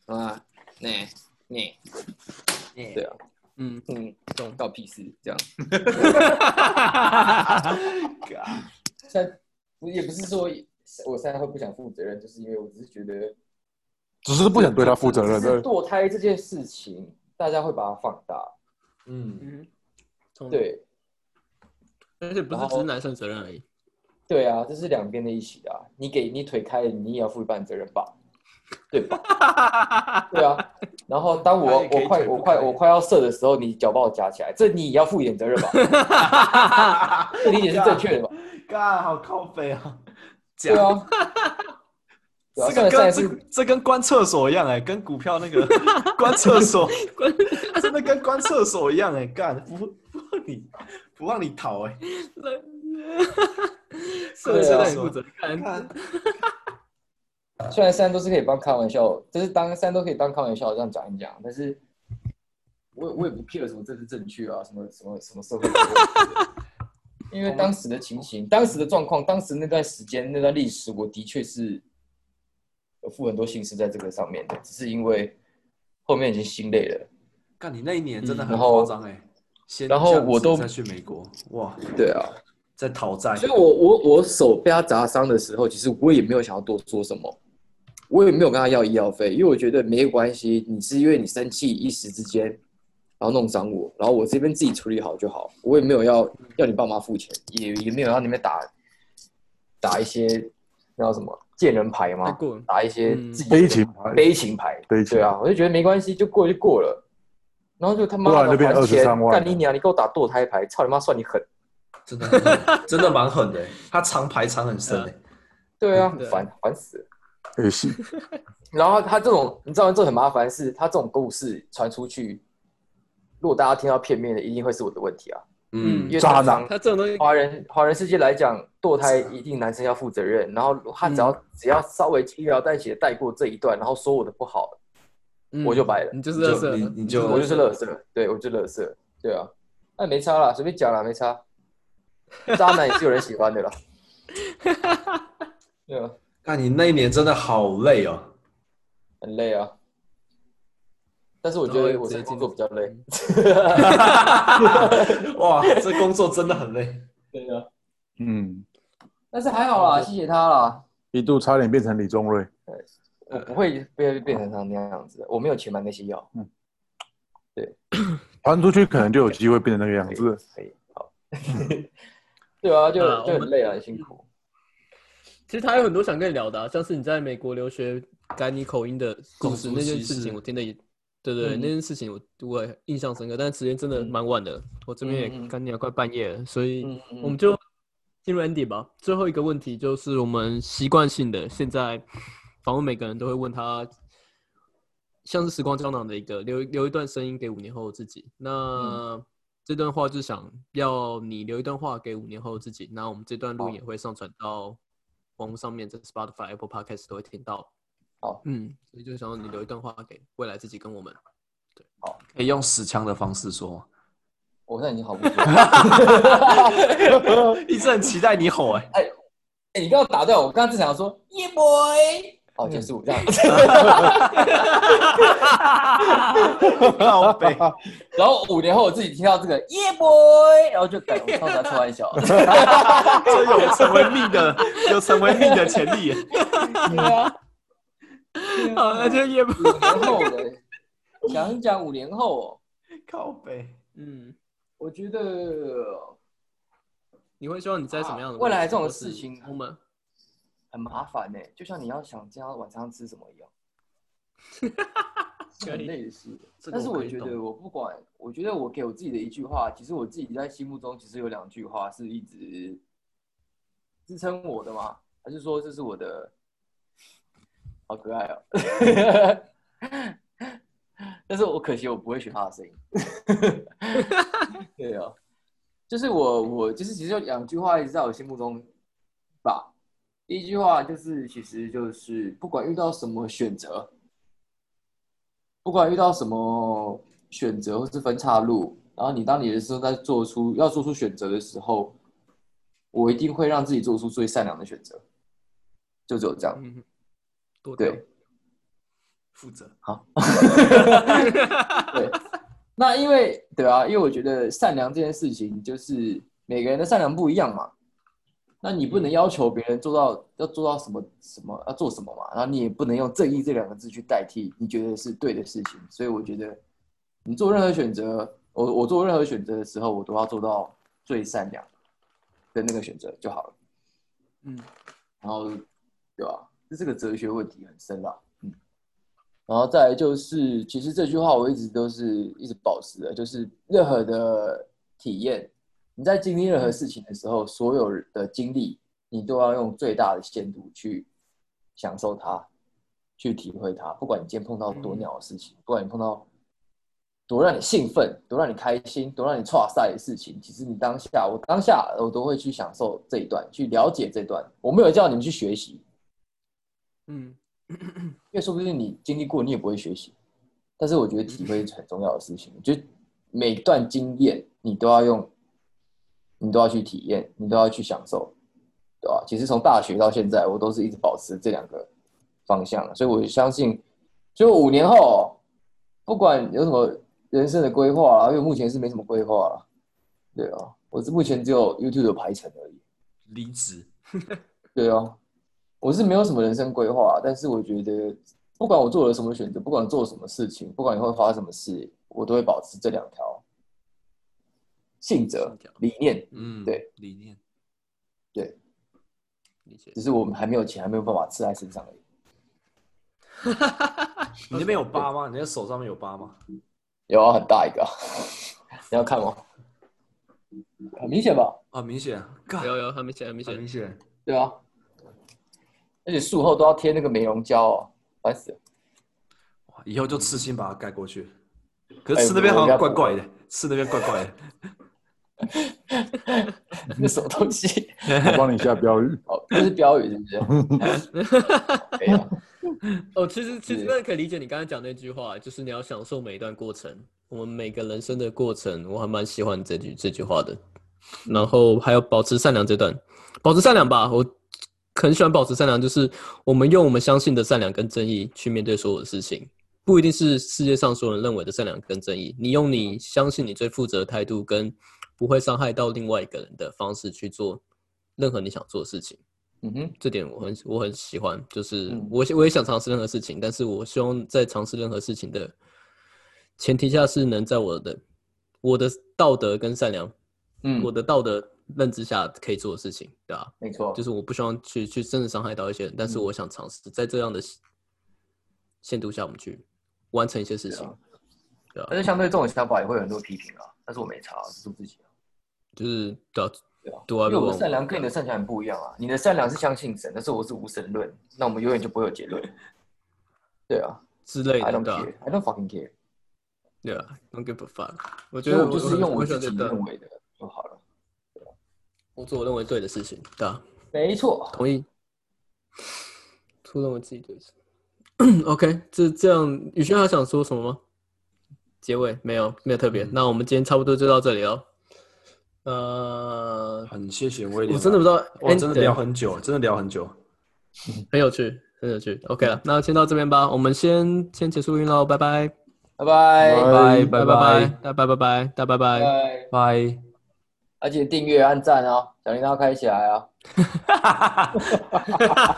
啊，那、那、对啊，
嗯，
嗯，
懂。
告屁事这样。
干
现在不也不是说我现在会不想负责任，就是因为我只是觉得
只是不想对他负责任。
只
啊
是
对，
堕胎这件事情，大家会把它放大，
嗯，
嗯，从，
对。
而且不是只是男生责任而已。
对啊，这是两边的一起的、啊。你给你腿开了，你也要负一半责任吧？对吧？ 对啊。然后当我
他
我
也可以
快
腿不
我快
开
我快要射的时候，你脚把我夹起来，这你也要负一点责任吧？ 这理解是正确的吧？
干好靠北啊！
对
讲
啊。对啊
这
虽
个
然
跟
现在
这
是
个这跟关厕所一样哎，跟股票那个关厕 所，
关
真的跟关厕所一样哎，干不不让你不让你逃哎，
啊
社真的很负责任。
干
虽然三都是可以帮开玩笑，就是当三都可以当开玩笑这样讲一讲，但是我我也不 care 什么这是正确啊，什么什么什么社会责 任，因为当时的情形、当时的状况、当时那段时间、那段历史，我的确是有付很多心思在这个上面的，只是因为后面已经心累了，
干你那一年真的
嗯
很
然后
夸张哎，先
然后
这样子
我都
再去美国哇，
对啊，
再讨债，
所以我我我手被他砸伤的时候，其实我也没有想要多说什么，我也没有跟他要医药费，因为我觉得没有关系，你是因为你生气一时之间，然后弄伤我，然后我这边自己处理好就好，我也没有要要你爸妈付钱，也也没有要你们打打一些那叫什么见人牌
太
嘛，
过了，
打一些
嗯
自己
悲情牌，
悲情牌，
悲情
对啊，我就觉得没关系，就过就过了。然后就他妈
不
的
然就变
还钱
23万
干你娘！你给我打堕胎牌，操你妈，算你狠！
真的很狠真的蛮狠的欸，他长牌长很深哎。
对啊，很
对
烦，烦死了。
恶心。
然后他这种，你知道这很麻烦，是他这种故事传出去，如果大家听到片面的，一定会是我的问题啊。
嗯
因，为
渣
通
男
常
他这种东西
华人华人世界来讲，堕胎
啊
一定男生要负责任，然后他只要、
嗯
只要稍微轻描淡写地带过这一段，然后说我的不好，
嗯
我就白了，
你就是乐色，
你就你你就
我就是乐色，对我就乐色，对啊，那没差啦，随便讲啦，没差，渣男也是有人喜欢 的啦，对啊，
看你那一年真的好累 哦。
很累啊，但是我觉
然后
得
又
我
直接
是工
进嗯
作比较累，
哇，这工作真的很累。
对啊，
嗯，
但是还好啦，谢谢他啦，
一度差点变成李宗瑞。
我不呃会变变成他那样子，我没有钱买那些药，
传出去可能就有机会变成那个 样子。
可以，好， 对啊，就
啊
就
我
很
们
累啊，很辛苦。
其实他有很多想跟你聊的、啊，像是你在美国留学改你口音的故事
种族
那件
歧
事
视
情，我听的也对对，
嗯
那件事情我我也印象深刻，但时间真的蛮晚的，我这边
嗯嗯
也干掉快半夜了，所以
嗯嗯
我们就进入 Andy 吧。最后一个问题就是我们习惯性的现在访问每个人都会问他，像是时光胶囊的一个留留一段声音给五年后的自己。那、
嗯
这段话就想要你留一段话给五年后的自己。那我们这段录
好
音也会上传到网络上面，在 Spotify、Apple Podcast 都会听到。
好，
嗯，所以就想要你留一段话给未来自己跟我们。
可以用死腔的方式说，
我现在已经好不多了。
一直很期待你吼哎、
哎、你刚刚打断我，我刚刚正想说 yeah boy，哦，结束这 样。
靠背，
然后五年后我自己听到这个 yeah boy，然后就感我刚才开玩 笑。
这有成为命 的，有成为命的潜力。
对啊，
好， 那就也不
五年后的，讲一讲五年后哦，
靠背，
嗯，
我觉得
你会希望你在什么样的
啊未来
位置
这种
或是
事情
我们
很麻烦呢、就像你要想今天晚上吃什么一样，是很累的事。
这个
但是
我
我
可以
觉得
懂
我不管，我觉得我给我自己的一句话，其实我自己在心目中其实有两句话是一直支撑我的嘛，还是说这是我的？好可爱哦！ 但是我可惜我不会学他的声音。 对哦，就是我我就是其实有两句话一直在我心目中吧。第一句话就是其实就是不管遇到什么选择，不管遇到什么选择或是分岔路，然后你当你的时候在做出要做出选择的时候，我一定会让自己做出最善良的选择，就只有这样。
嗯，多掉
对，
负责。
对，那因为对啊，因为我觉得善良这件事情，就是每个人的善良不一样嘛。那你不能要求别人做到要做到什么什么要做什么嘛，然后你也不能用正义这两个字去代替你觉得是对的事情。所以我觉得你做任何选择，我我做任何选择的时候，我都要做到最善良的那个选择就好了。
嗯，
然后对吧？这是个哲学问题，很深啦。嗯，然后再来就是，其实这句话我一直都是一直保持的，就是任何的体验，你在经历任何事情的时候，所有的经历，你都要用最大的限度去享受它，去体会它。不管你今天碰到多鸟的事情，不管你碰到多让你兴奋、多让你开心、多让你岔赛的事情，其实你当下，我当下我都会去享受这一段，去了解这段。我没有叫你们去学习，
嗯
因为说不定你经历过，你也不会学习。但是我觉得体会是很重要的事情，就每段经验你都要用，你都要去体验，你都要去享受，对吧？其实从大学到现在，我都是一直保持这两个方向，所以我相信，就五年后哦，不管有什么人生的规划啊，因为目前是没什么规划了，对啊，我是目前只有 YouTube 的排程而已。
离职，
对哦，我是没有什么人生规划，啊但是我觉得，不管我做了什么选择，不管做了什么事情，不管以后发生什么事，我都会保持这两条信则
信条
理念。
嗯，
对，
理念。
理解
只。是我们还没有钱，还没有办法刺在身上而已。
你那边有疤吗？你的手上面有疤吗？
有啊，很大一个啊， 你要看吗？很明显吧？
啊，明显，干
有有，还没写，还没
很
写
明。显。
对啊，而且术后都要贴那个美容胶哦，烦死了。
以后就刺青把它盖过去。可是刺那边好像怪怪的，刺那边怪怪的。
那什么东西？
我帮你下标语。
哦，那是标语是不是？可以啊，
哦，其实其实
是
真的可以理解你刚才讲那句话，就是你要享受每一段过程，我们每个人生的过程，我还蛮喜欢这句这句话的。然后还有保持善良这段，保持善良吧，我很喜欢保持善良，就是我们用我们相信的善良跟正义去面对所有的事情，不一定是世界上所有人认为的善良跟正义，你用你相信你最负责的态度跟不会伤害到另外一个人的方式去做任何你想做的事情。
嗯哼，
这点我很我很喜欢，就是
嗯
我我也想尝试任何事情，但是我希望在尝试任何事情的前提下是能在我的我的道德跟善良，
嗯，
我的道德认知下可以做的事情，对吧、
没错，
就是我不希望去去真的伤害到一些人，但
嗯
是我想尝试在这样的限度下，我们去完成一些事
啊
情，对吧、
但是相对这种想法也会有很多批评啊，但是我没差，是做自己啊，
就是对啊，
对啊，
对啊，
因为我
对
的
啊
善良跟你的善良很不一样啊，你的善良是相信神，但是我是无神论，那我们永远就不会有结论。对啊
之类
，I
的，
don't
对啊，
care, I don't fucking care，
对啊，don't give a fuck。我觉
所以
得
我就是用我
喜
自
欢
己
这段
认为的就好了。
我做我认为对的事情，对啊。
没错，
同意。出动我自己对手。OK，这这样，宇轩还想说什么吗？结尾没有，没有特别。那我们今天差不多就到这里哦。呃，
很谢谢威廉，啊
我真的不知哎道，
哇，真的聊
Andy，
很久，真的聊很久。
很有趣，很有趣。OK 了，那先到这边吧，我们先先结束运喽，拜拜，
拜拜
拜
拜
哎拜
拜
拜
拜，
大拜拜拜，大拜拜。
拜。
拜。
哦而且订阅、按赞哦，小铃铛开起来啊！